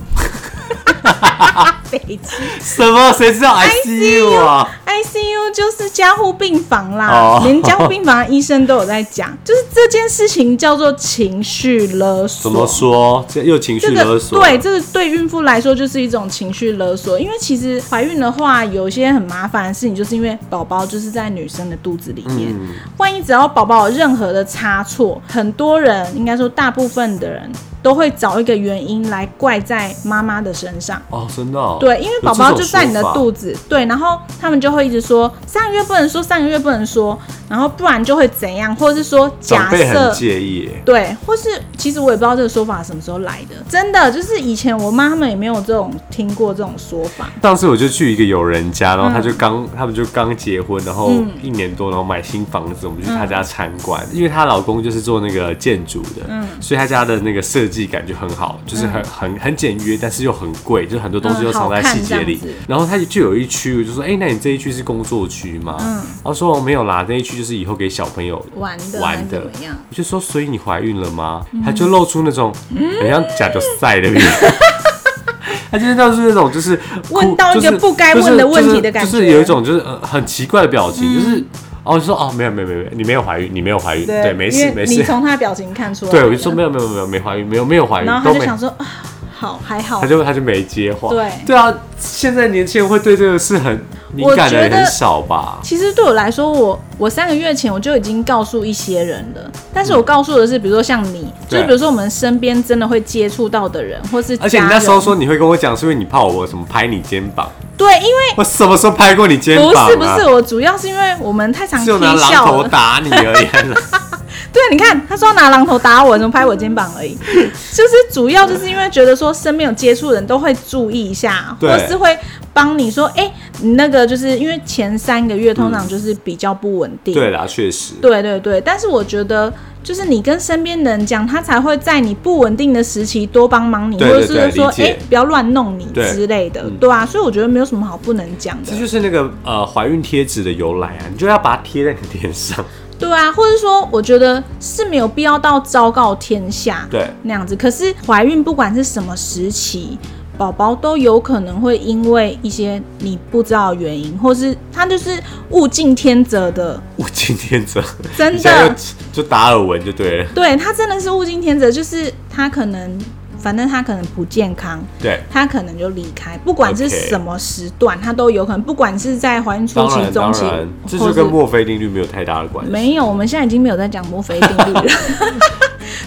[SPEAKER 1] 北京
[SPEAKER 2] 什么？谁知道 ICU 啊？
[SPEAKER 1] ICU 就是加护病房啦，
[SPEAKER 2] 哦
[SPEAKER 1] 连加护病房的医生都有在讲，就是这件事情叫做情绪勒索。
[SPEAKER 2] 怎么说？这又情绪
[SPEAKER 1] 这个
[SPEAKER 2] 勒索？啊
[SPEAKER 1] 对，这个对孕妇来说就是一种情绪勒索，因为其实怀孕的话，有一些很麻烦的事情，就是因为宝宝就是在女生的肚子里面，
[SPEAKER 2] 嗯
[SPEAKER 1] 万一只要宝宝有任何的差错，很多人应该说大部分的人都会找一个原因来怪在妈妈的身上。
[SPEAKER 2] 哦，真的、哦。
[SPEAKER 1] 对，因为宝宝就在你的肚
[SPEAKER 2] 子。
[SPEAKER 1] 子，对，然后他们就会一直说上个月不能说，上个月不能说，然后不然就会怎样，或者是说
[SPEAKER 2] 长
[SPEAKER 1] 假
[SPEAKER 2] 辈
[SPEAKER 1] 设
[SPEAKER 2] 很介意耶，
[SPEAKER 1] 对，或是其实我也不知道这个说法什么时候来的，真的就是以前我妈他们也没有这种听过这种说法。
[SPEAKER 2] 上次我就去一个友人家，
[SPEAKER 1] 嗯
[SPEAKER 2] 然后他就刚、他们就刚结婚，然后一年多，然后买新房子，我们去他家参观，
[SPEAKER 1] 嗯
[SPEAKER 2] 因为她老公就是做那个建筑的，所以他家的那个设计感就很好，就是很、很很简约，但是又很贵，就是很多东西
[SPEAKER 1] 嗯
[SPEAKER 2] 都藏在
[SPEAKER 1] 好看
[SPEAKER 2] 细节里
[SPEAKER 1] 这样子。
[SPEAKER 2] 然后他就有一区，我就说，哎、那你这一区是工作区吗？然后说哦没有啦，那一区就是以后给小朋友
[SPEAKER 1] 嗯玩的还
[SPEAKER 2] 玩
[SPEAKER 1] 是
[SPEAKER 2] 的
[SPEAKER 1] 怎么样？
[SPEAKER 2] 我就说，所以你怀孕了吗？他就露出那种很像假就赛的表 情。他就是那是那种就是
[SPEAKER 1] 问到一个不该问的问题的感觉
[SPEAKER 2] 就是
[SPEAKER 1] 嗯
[SPEAKER 2] 就是就是有一种就是呃很奇怪的表情，就是哦就说哦没有没有没有没有你没有怀孕，你没有怀孕，对，没
[SPEAKER 1] 因
[SPEAKER 2] 事
[SPEAKER 1] 为
[SPEAKER 2] 没
[SPEAKER 1] 你
[SPEAKER 2] 事，
[SPEAKER 1] 从她的表情看出 来。
[SPEAKER 2] 对我就说没，有没有没有没怀孕，没有没有怀孕
[SPEAKER 1] 然后
[SPEAKER 2] 都
[SPEAKER 1] 她就
[SPEAKER 2] 没，
[SPEAKER 1] 想说啊，好还好
[SPEAKER 2] 他。就他就没接话，
[SPEAKER 1] 对
[SPEAKER 2] 对啊，现在年轻人会对这个事很敏感的
[SPEAKER 1] 我觉
[SPEAKER 2] 人
[SPEAKER 1] 得
[SPEAKER 2] 很少吧？
[SPEAKER 1] 其实对我来说，我我三个月前我就已经告诉一些人了，但是我告诉的是，比如说像你，就
[SPEAKER 2] 对
[SPEAKER 1] 是比如说我们身边真的会接触到的人，或是
[SPEAKER 2] 而且你
[SPEAKER 1] 家
[SPEAKER 2] 那时候
[SPEAKER 1] 人
[SPEAKER 2] 说你会跟我讲，是因为你怕我什么拍你肩膀，
[SPEAKER 1] 对，因为
[SPEAKER 2] 我什么时候拍过你肩
[SPEAKER 1] 不
[SPEAKER 2] 膀、啊？
[SPEAKER 1] 是不是，我主要是因为我们太常
[SPEAKER 2] 就
[SPEAKER 1] 听
[SPEAKER 2] 拿榔
[SPEAKER 1] 笑
[SPEAKER 2] 头
[SPEAKER 1] 了。
[SPEAKER 2] 打你而已。
[SPEAKER 1] 对，你看，他说拿榔头打我，怎么拍我肩膀 而已。就是主要就是因为觉得说身边有接触的人都会注意一下，
[SPEAKER 2] 对
[SPEAKER 1] 或是会帮你说，哎、你那个就是因为前三个月通常就是比较不稳定。
[SPEAKER 2] 嗯对啦，确实，
[SPEAKER 1] 对对对，但是我觉得。就是你跟身边的人讲，他才会在你不稳定的时期多帮忙你，
[SPEAKER 2] 对对
[SPEAKER 1] 或者
[SPEAKER 2] 对
[SPEAKER 1] 是说，
[SPEAKER 2] 理
[SPEAKER 1] 哎、
[SPEAKER 2] 解
[SPEAKER 1] 不要乱弄你
[SPEAKER 2] 对嗯
[SPEAKER 1] 之类的，对啊，所以我觉得没有什么好不能讲的
[SPEAKER 2] 这。就是那个呃怀孕贴纸的由来啊，你就要把它贴在你脸上。
[SPEAKER 1] 对啊，或者说，我觉得是没有必要到昭告天下
[SPEAKER 2] 对
[SPEAKER 1] 那样子。可是怀孕不管是什么时期，宝宝都有可能会因为一些你不知道的原因，或是他就是物竞天择的，
[SPEAKER 2] 物竞天择，
[SPEAKER 1] 真
[SPEAKER 2] 你现在
[SPEAKER 1] 的
[SPEAKER 2] 又，就达尔文就对了。
[SPEAKER 1] 对他真的是物竞天择，就是他可能，反正他可能不健康。
[SPEAKER 2] 对，
[SPEAKER 1] 他可能就离开，不管是
[SPEAKER 2] OK
[SPEAKER 1] 什么时段他都有可能。不管是在怀孕初
[SPEAKER 2] 当
[SPEAKER 1] 期、
[SPEAKER 2] 然
[SPEAKER 1] 中
[SPEAKER 2] 当
[SPEAKER 1] 期
[SPEAKER 2] 然，，这
[SPEAKER 1] 或
[SPEAKER 2] 就是跟墨菲定律没有太大的关系。
[SPEAKER 1] 没有，我们现在已经没有在讲墨菲定律了。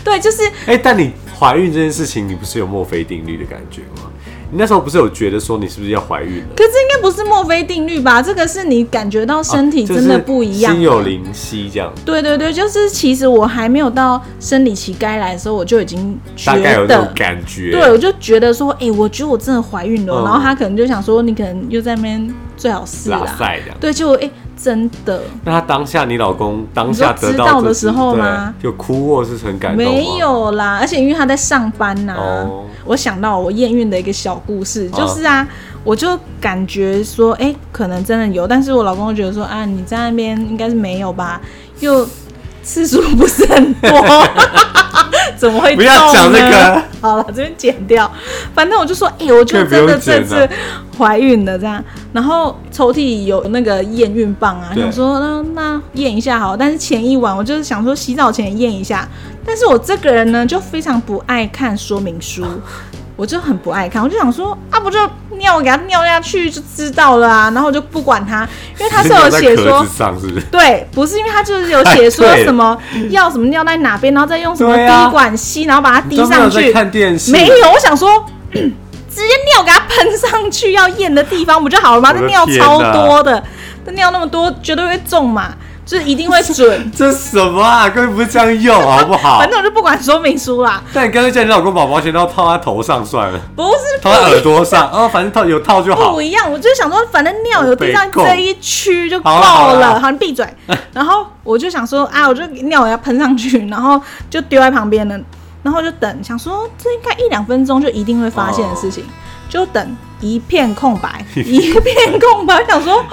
[SPEAKER 1] 对，就是
[SPEAKER 2] 哎、但你怀孕这件事情，你不是有墨菲定律的感觉吗？你那时候不是有觉得说你是不是要怀孕了？
[SPEAKER 1] 可是应该不是墨菲定律吧？这个是你感觉到身体真的不一
[SPEAKER 2] 哦
[SPEAKER 1] 样、啊
[SPEAKER 2] 就是心有。灵犀这样。
[SPEAKER 1] 对对对，就是其实我还没有到生理期该来的时候，我就已经觉
[SPEAKER 2] 大概有那种
[SPEAKER 1] 得。
[SPEAKER 2] 感觉，
[SPEAKER 1] 对，我就觉得说，哎、我觉得我真的怀孕了。
[SPEAKER 2] 嗯
[SPEAKER 1] 然后他可能就想说，你可能又在那边最好是啊
[SPEAKER 2] 拉
[SPEAKER 1] 啦。
[SPEAKER 2] 塞这样。
[SPEAKER 1] 对，就哎、真的
[SPEAKER 2] 那他当下你老公当下
[SPEAKER 1] 你说
[SPEAKER 2] 得
[SPEAKER 1] 知
[SPEAKER 2] 到
[SPEAKER 1] 道
[SPEAKER 2] 这
[SPEAKER 1] 的
[SPEAKER 2] 只
[SPEAKER 1] 时候
[SPEAKER 2] 对
[SPEAKER 1] 吗
[SPEAKER 2] 有哭或是很感动吗
[SPEAKER 1] 没有啦，而且因为他在上班呐、
[SPEAKER 2] 哦
[SPEAKER 1] 我想到我验孕的一个小故事，就是啊，我就感觉说，哎、可能真的有，但是我老公就觉得说，啊，你在那边应该是没有吧，又次数不是很 多，怎么会
[SPEAKER 2] 不要
[SPEAKER 1] 中
[SPEAKER 2] 讲这
[SPEAKER 1] 呢
[SPEAKER 2] 个，
[SPEAKER 1] 好了，这边剪掉。反正我就说，哎、我就
[SPEAKER 2] 可以不
[SPEAKER 1] 真的
[SPEAKER 2] 用
[SPEAKER 1] 这
[SPEAKER 2] 剪
[SPEAKER 1] 次
[SPEAKER 2] 啊
[SPEAKER 1] 怀孕了这样。然后抽屉有那个验孕棒啊，
[SPEAKER 2] 对
[SPEAKER 1] 想说那那验一下好了，但是前一晚我就是想 说洗澡前验一下，但是我这个人呢就非常不爱看说明书。我就很不爱看，我就想说啊，不就尿给它尿下去就知道了啊，然后我就不管它，因为它是有
[SPEAKER 2] 在
[SPEAKER 1] 写说
[SPEAKER 2] 壳 子。上是不 是？
[SPEAKER 1] 对，不是因为它就是有写 说什么要什么尿在哪边，然后再用什么
[SPEAKER 2] 对啊
[SPEAKER 1] 滴管吸，然后把它滴
[SPEAKER 2] 都没有
[SPEAKER 1] 上
[SPEAKER 2] 在
[SPEAKER 1] 去。
[SPEAKER 2] 看电视，
[SPEAKER 1] 没有，我想说， 直接尿给它喷上去，要验的地方不就好了吗？
[SPEAKER 2] 我的
[SPEAKER 1] 这尿
[SPEAKER 2] 天
[SPEAKER 1] 超
[SPEAKER 2] 哪。
[SPEAKER 1] 多的，这尿那么多，绝对会中嘛，就是一定会准
[SPEAKER 2] 这什么啊？根本不是这样用，好不 好
[SPEAKER 1] 反？正我就不管说明书啦，
[SPEAKER 2] 但你干脆叫你老公把保险套套他头上算了，
[SPEAKER 1] 不是
[SPEAKER 2] 套他耳朵 上，哦，反正套有套就好
[SPEAKER 1] 不。一样，我就想说，反正尿有地上
[SPEAKER 2] 被供
[SPEAKER 1] 这一区就够
[SPEAKER 2] 好啦好
[SPEAKER 1] 了，
[SPEAKER 2] 啦
[SPEAKER 1] 好，你闭嘴。然后我就想说啊，我就尿给它喷上去，然后就丢在旁边了，然后就等，想说这应该一两分钟就一定会发现的事情，
[SPEAKER 2] 哦
[SPEAKER 1] 就等一片空白， 一片空白，我想说。 啊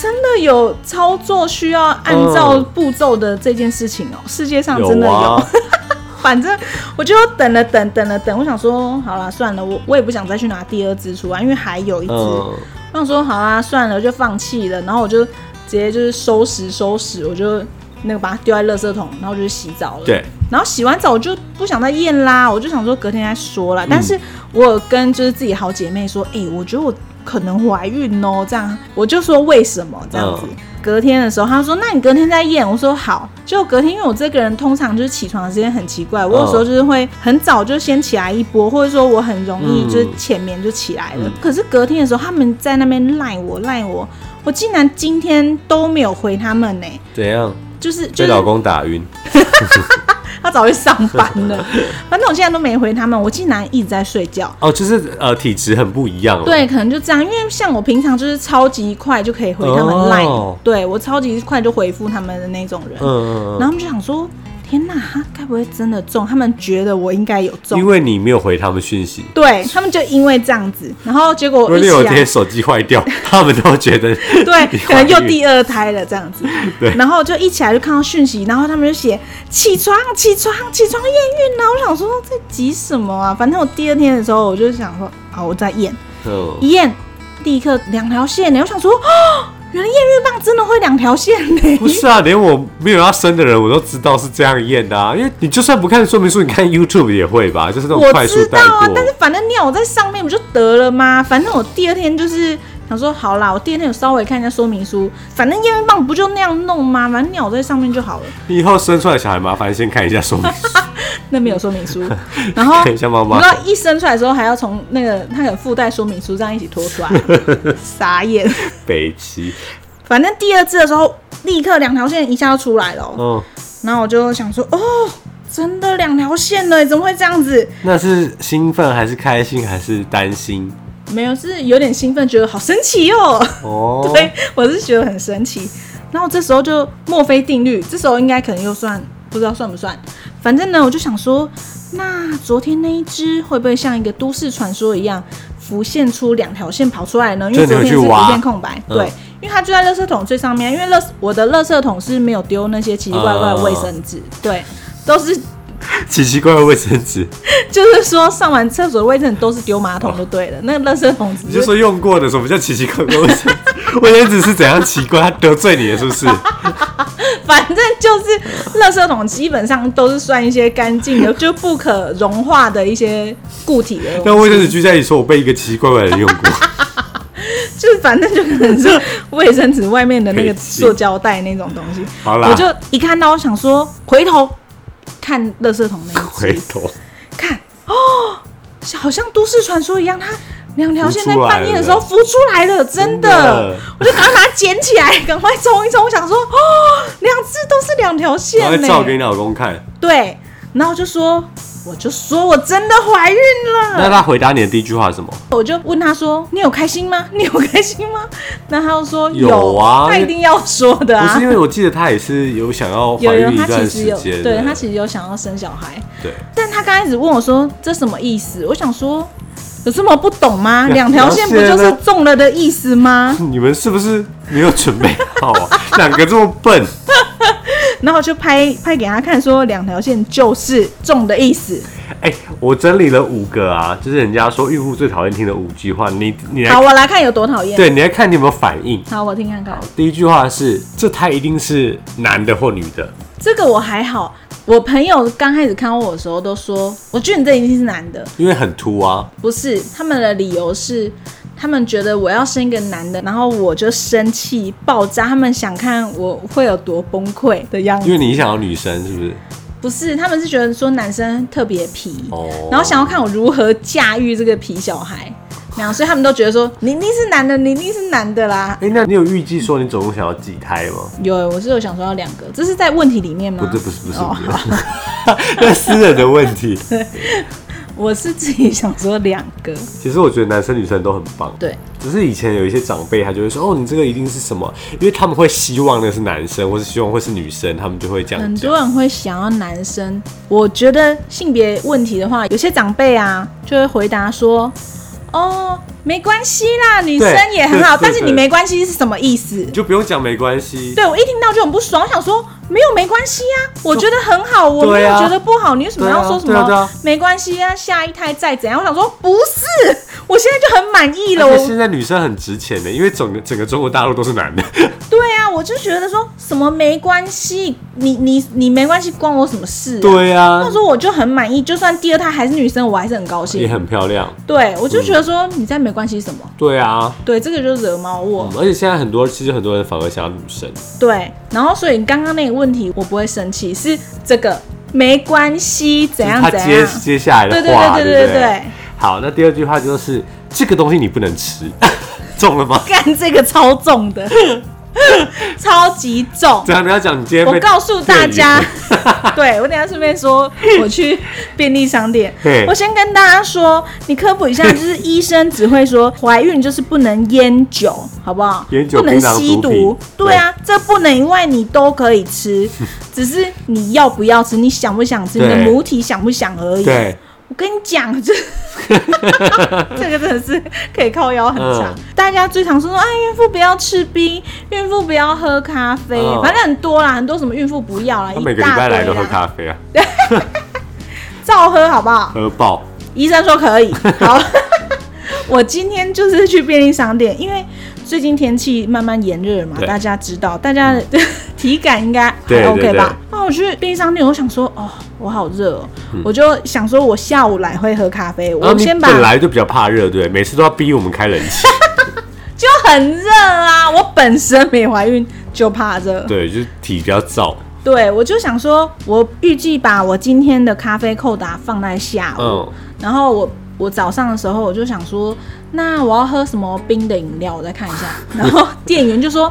[SPEAKER 1] 真的有操作需要按照
[SPEAKER 2] 嗯
[SPEAKER 1] 步骤的这件事情哦，世界上真的
[SPEAKER 2] 啊，
[SPEAKER 1] 反正我就等了等等了等，我想说好啦，算了，我我也不想再去拿第二只出来，因为还有一只。
[SPEAKER 2] 嗯，
[SPEAKER 1] 我想说好啦，算了，就放弃了。然后我就直接就是收拾收拾，我就那个把它丢在垃圾桶，然后就去洗澡了。
[SPEAKER 2] 对。
[SPEAKER 1] 然后洗完澡我就不想再验啦，我就想说隔天再说
[SPEAKER 2] 嗯
[SPEAKER 1] 啦。但是我有跟就是自己好姐妹说，哎、我觉得我可能怀孕哦，这样我就说为什么这样子。
[SPEAKER 2] 嗯
[SPEAKER 1] 隔天的时候，她说：“那你隔天再验。”我说：“好。”结果隔天，因为我这个人通常就是起床的时间很奇怪，我有时
[SPEAKER 2] 嗯
[SPEAKER 1] 候就是会很早就先起来一波，或者说我很容易就是
[SPEAKER 2] 嗯
[SPEAKER 1] 浅眠就起来了。
[SPEAKER 2] 嗯
[SPEAKER 1] 可是隔天的时候，他们在那边赖我赖我，我竟然今天都没有回他们呢、
[SPEAKER 2] 怎样？
[SPEAKER 1] 就是
[SPEAKER 2] 被
[SPEAKER 1] 就是
[SPEAKER 2] 老公打晕？
[SPEAKER 1] 他早就上班 了，反正我现在都没回他们，我竟然一直在睡觉。
[SPEAKER 2] 哦，就是呃，体质很不一样。，
[SPEAKER 1] 对，可能就这样，因为像我平常就是超级快就可以回他们
[SPEAKER 2] 哦
[SPEAKER 1] line，、对我超级快就回复他们的那种人，
[SPEAKER 2] 嗯
[SPEAKER 1] 然后
[SPEAKER 2] 嗯
[SPEAKER 1] 他们就想说，天哪，他该不会真的中？他们觉得我应该有
[SPEAKER 2] 嗯，因
[SPEAKER 1] 中，
[SPEAKER 2] 为你没有回他们讯息。
[SPEAKER 1] 对他们就因为这样子，然后结果
[SPEAKER 2] 如
[SPEAKER 1] 我
[SPEAKER 2] 果
[SPEAKER 1] 一
[SPEAKER 2] 你有
[SPEAKER 1] 起
[SPEAKER 2] 一天
[SPEAKER 1] 来，
[SPEAKER 2] 手机坏掉，他们都觉 得
[SPEAKER 1] 对，
[SPEAKER 2] 你
[SPEAKER 1] 可能又
[SPEAKER 2] 怀孕
[SPEAKER 1] 第二胎了这样子，
[SPEAKER 2] 对
[SPEAKER 1] 然后就一起来就看到讯息，然后他们就写起床起床起床验孕了，我想说在急什么啊？反正我第二天的时候我就想说，好，我在验，
[SPEAKER 2] 嗯，
[SPEAKER 1] 一验立刻两条线呢，我想说，哦，原来验孕棒真的会两条线
[SPEAKER 2] 不
[SPEAKER 1] 呢。
[SPEAKER 2] 是啊，连我没有要生的人，我都知道是这样验的啊。因为你就算不看说明书，你看 YouTube 也会吧，就是那种
[SPEAKER 1] 我
[SPEAKER 2] 快速
[SPEAKER 1] 知
[SPEAKER 2] 带
[SPEAKER 1] 道啊，
[SPEAKER 2] 过
[SPEAKER 1] 但。是反正尿我在上面不就得了吗？反正我第二天就是想说，好啦，我第二天有稍微看一下说明书，反正验孕棒不就那样弄吗？反正尿我在上面就好了。
[SPEAKER 2] 你以后生出来小孩，麻烦先看一下说明书。
[SPEAKER 1] 那边有说明书，然后
[SPEAKER 2] 看一下妈妈
[SPEAKER 1] 你知道一生出来的时候还要从那个它有附带说明书这样一起拖 出来，傻眼。
[SPEAKER 2] 北齐，
[SPEAKER 1] 反正第二次的时候，立刻两条线一下就出来了哦、
[SPEAKER 2] 嗯，
[SPEAKER 1] 然后我就想说，哦，真的两条线了，怎么会这样子？
[SPEAKER 2] 那是兴奋还是开心还是担心？
[SPEAKER 1] 没有，是有点兴奋，觉得好神奇哦。
[SPEAKER 2] 哦，
[SPEAKER 1] 对，我是觉得很神奇。然后这时候就墨菲定律，这时候应该可能又算不知道算不算，反正呢，我就想说，那昨天那一只会不会像一个都市传说一样，浮现出两条线跑出来呢？因为
[SPEAKER 2] 就
[SPEAKER 1] 昨
[SPEAKER 2] 你有去
[SPEAKER 1] 天是一
[SPEAKER 2] 挖
[SPEAKER 1] 片空白，
[SPEAKER 2] 嗯
[SPEAKER 1] 对，因为它就在垃圾桶最上面，因为垃我的垃圾桶是没有丢那些奇奇怪怪的卫生纸，
[SPEAKER 2] 哦
[SPEAKER 1] 对，都是
[SPEAKER 2] 奇奇怪怪卫生纸，
[SPEAKER 1] 就是说上完厕所的卫生纸都是丢马桶就对了，那个垃圾桶只
[SPEAKER 2] 你
[SPEAKER 1] 是
[SPEAKER 2] 就说用过的，什么叫奇奇怪怪卫生纸？ 卫生纸是怎样奇怪？他得罪你了是不是？
[SPEAKER 1] 反正就是垃圾桶基本上都是算一些干净的，就不可融化的一些固体的东西。
[SPEAKER 2] 那卫生纸居在里说，我被一个奇奇怪怪的人用过，
[SPEAKER 1] 就是反正就可能是卫生纸外面的那个塑胶袋那种东西。
[SPEAKER 2] 好啦
[SPEAKER 1] 我就一看到，我想说回头看垃圾桶那一
[SPEAKER 2] 回
[SPEAKER 1] 集，
[SPEAKER 2] 头
[SPEAKER 1] 看哦，好像都市传说一样，它两条线在半夜的时候浮出来了，真的，
[SPEAKER 2] 真的
[SPEAKER 1] 我就赶快把它捡起来，赶快冲一冲。我想说哦，两只都是两条线
[SPEAKER 2] 然后
[SPEAKER 1] 呢、
[SPEAKER 2] 再照给你老公看。
[SPEAKER 1] 对，然后就说，我就说我真的怀孕了，
[SPEAKER 2] 那他回答你的第一句话是什么？
[SPEAKER 1] 我就问他说，你有开心吗？你有开心吗？ 那他就说
[SPEAKER 2] 有啊
[SPEAKER 1] 他一定要说
[SPEAKER 2] 不
[SPEAKER 1] 的啊
[SPEAKER 2] 是。因为我记得他也是有想要
[SPEAKER 1] 有
[SPEAKER 2] 怀
[SPEAKER 1] 人
[SPEAKER 2] 孕一
[SPEAKER 1] 他其
[SPEAKER 2] 段
[SPEAKER 1] 实
[SPEAKER 2] 时
[SPEAKER 1] 有，
[SPEAKER 2] 间的，
[SPEAKER 1] 对他其实有想要生小孩，
[SPEAKER 2] 对
[SPEAKER 1] 但他刚开始问我说这什么意思？我想说有这么不懂吗？两条线不就是中了的意思吗？
[SPEAKER 2] 你们是不是没有准备好啊？ 两个这么笨，
[SPEAKER 1] 然后我就拍拍给他看说两条线就是中的意思。
[SPEAKER 2] 哎、我整理了五个啊，就是人家说孕妇最讨厌听的五句话，你你
[SPEAKER 1] 好，
[SPEAKER 2] 来，
[SPEAKER 1] 我来看有多讨厌。
[SPEAKER 2] 对，你来看你有没有反应。
[SPEAKER 1] 好，我听看看。
[SPEAKER 2] 第一句话是，这胎一定是男的或女的，
[SPEAKER 1] 这个我还好，我朋友刚开始看到我的时候都说，我觉得你这一定是男的，
[SPEAKER 2] 因为很秃啊，
[SPEAKER 1] 不是，他们的理由是，他们觉得我要生一个男的，然后我就生气爆炸，他们想看我会有多崩溃的样
[SPEAKER 2] 因
[SPEAKER 1] 子。
[SPEAKER 2] 为你想要女生是不是？
[SPEAKER 1] 不是，他们是觉得说男生特别皮，
[SPEAKER 2] 哦
[SPEAKER 1] 然后想要看我如何驾驭这个皮小孩，那样，所以他们都觉得说你一定是男的，你一定是男的啦。
[SPEAKER 2] 哎、那你有预计说你总共想要几胎吗？
[SPEAKER 1] 有，我是有想说要两个，这是在问题里面吗？
[SPEAKER 2] 不对，不是，不是，
[SPEAKER 1] 哦
[SPEAKER 2] 不是， 那私人的问题。
[SPEAKER 1] 我是自己想说两个，
[SPEAKER 2] 其实我觉得男生女生都很棒，
[SPEAKER 1] 对，
[SPEAKER 2] 只是以前有一些长辈他就会说，哦，你这个一定是什么，因为他们会希望那是男生，或是希望会是女生，他们就会这样
[SPEAKER 1] 很
[SPEAKER 2] 讲
[SPEAKER 1] 多。人会想要男生，我觉得性别问题的话，有些长辈啊就会回答说：“哦，没关系啦，女生也很
[SPEAKER 2] 对对对
[SPEAKER 1] 好，但是你没关系是什么意思啊
[SPEAKER 2] 你就不用讲没关？”系，
[SPEAKER 1] 对我啊一听到就很不爽，我想说没有没关系呀、我觉得很好，我没
[SPEAKER 2] 对
[SPEAKER 1] 有
[SPEAKER 2] 啊
[SPEAKER 1] 觉得不好，你为什么要说什么、
[SPEAKER 2] 对啊对啊对啊
[SPEAKER 1] 没关系啊，下一胎再怎样？我想说不是，我现在就很满意了，
[SPEAKER 2] 而
[SPEAKER 1] 我
[SPEAKER 2] 且现在女生很值钱的，因为整个整个中国大陆都是男的，
[SPEAKER 1] 对啊，我就觉得说什么没关系，你你你没关系，关我什么事、啊？
[SPEAKER 2] 对啊
[SPEAKER 1] 那时，候我就很满意，就算第二胎还是女生，我还是很高
[SPEAKER 2] 也
[SPEAKER 1] 兴。
[SPEAKER 2] 很漂亮，
[SPEAKER 1] 对，我就觉得说你在没关系什么，
[SPEAKER 2] 对啊，
[SPEAKER 1] 对，这个就惹毛我
[SPEAKER 2] 嗯。而且现在很多其实很多人反而想要女生，
[SPEAKER 1] 对，然后所以刚刚那个问题我不会生气，是这个没关系，怎样
[SPEAKER 2] 就是
[SPEAKER 1] 怎
[SPEAKER 2] 他接
[SPEAKER 1] 样。
[SPEAKER 2] 接下来
[SPEAKER 1] 对
[SPEAKER 2] 的
[SPEAKER 1] 对
[SPEAKER 2] 话，
[SPEAKER 1] 对
[SPEAKER 2] 对
[SPEAKER 1] 对
[SPEAKER 2] 不
[SPEAKER 1] 对对，
[SPEAKER 2] 好，那第二句话就是这个东西你不能吃， 中了吗？
[SPEAKER 1] 干这个超重的， 超级重。
[SPEAKER 2] 怎样？你要讲你今天被
[SPEAKER 1] 我告诉大家
[SPEAKER 2] 骗了，
[SPEAKER 1] 对我等一下顺便 说，我去便利商店
[SPEAKER 2] 嘿，
[SPEAKER 1] 我先跟大家说，你科普一下，就是医生只会说怀孕就是不能烟酒，好不好？
[SPEAKER 2] 烟酒
[SPEAKER 1] 不能
[SPEAKER 2] 槟榔
[SPEAKER 1] 吸
[SPEAKER 2] 毒
[SPEAKER 1] 毒
[SPEAKER 2] 品，
[SPEAKER 1] 对啊，这不能，因为你都可以吃，只是你要不要吃，你想不想吃，你的
[SPEAKER 2] 对
[SPEAKER 1] 母体想不想而已。
[SPEAKER 2] 对，
[SPEAKER 1] 我跟你讲，这 这个真的是可以靠腰很长。
[SPEAKER 2] 嗯
[SPEAKER 1] 大家最常说说啊，孕妇不要吃冰，孕妇不要喝咖啡，
[SPEAKER 2] 嗯
[SPEAKER 1] 反正很多啦，很多什么孕妇不要啦，
[SPEAKER 2] 他
[SPEAKER 1] 一
[SPEAKER 2] 每个礼
[SPEAKER 1] 大
[SPEAKER 2] 拜
[SPEAKER 1] 堆
[SPEAKER 2] 来都喝
[SPEAKER 1] 啦
[SPEAKER 2] 咖啡啊，
[SPEAKER 1] 照喝好不好？
[SPEAKER 2] 喝爆。
[SPEAKER 1] 医生说可以。好， 我今天就是去便利商店，因为最近天气慢慢炎热嘛，
[SPEAKER 2] 对嗯
[SPEAKER 1] 大家知道，大家的体感应该
[SPEAKER 2] 对对
[SPEAKER 1] 还 OK 吧
[SPEAKER 2] 对？
[SPEAKER 1] 那我去便利商店，我想说，哦，我好热、哦，我就想说我下午来会喝咖啡，
[SPEAKER 2] 然后
[SPEAKER 1] 我
[SPEAKER 2] 哦你
[SPEAKER 1] 先把
[SPEAKER 2] 本来就比较怕热，对不对，每次都要逼我们开冷 气，
[SPEAKER 1] 就很热啊，我本身没怀孕就怕热，
[SPEAKER 2] 对，就是体比较燥。
[SPEAKER 1] 对我就想说，我预计把我今天的咖啡扣打放在下午，
[SPEAKER 2] 嗯
[SPEAKER 1] 然后我我早上的时候我就想说，那我要喝什么冰的饮料？我再看一下。然后店员就说：“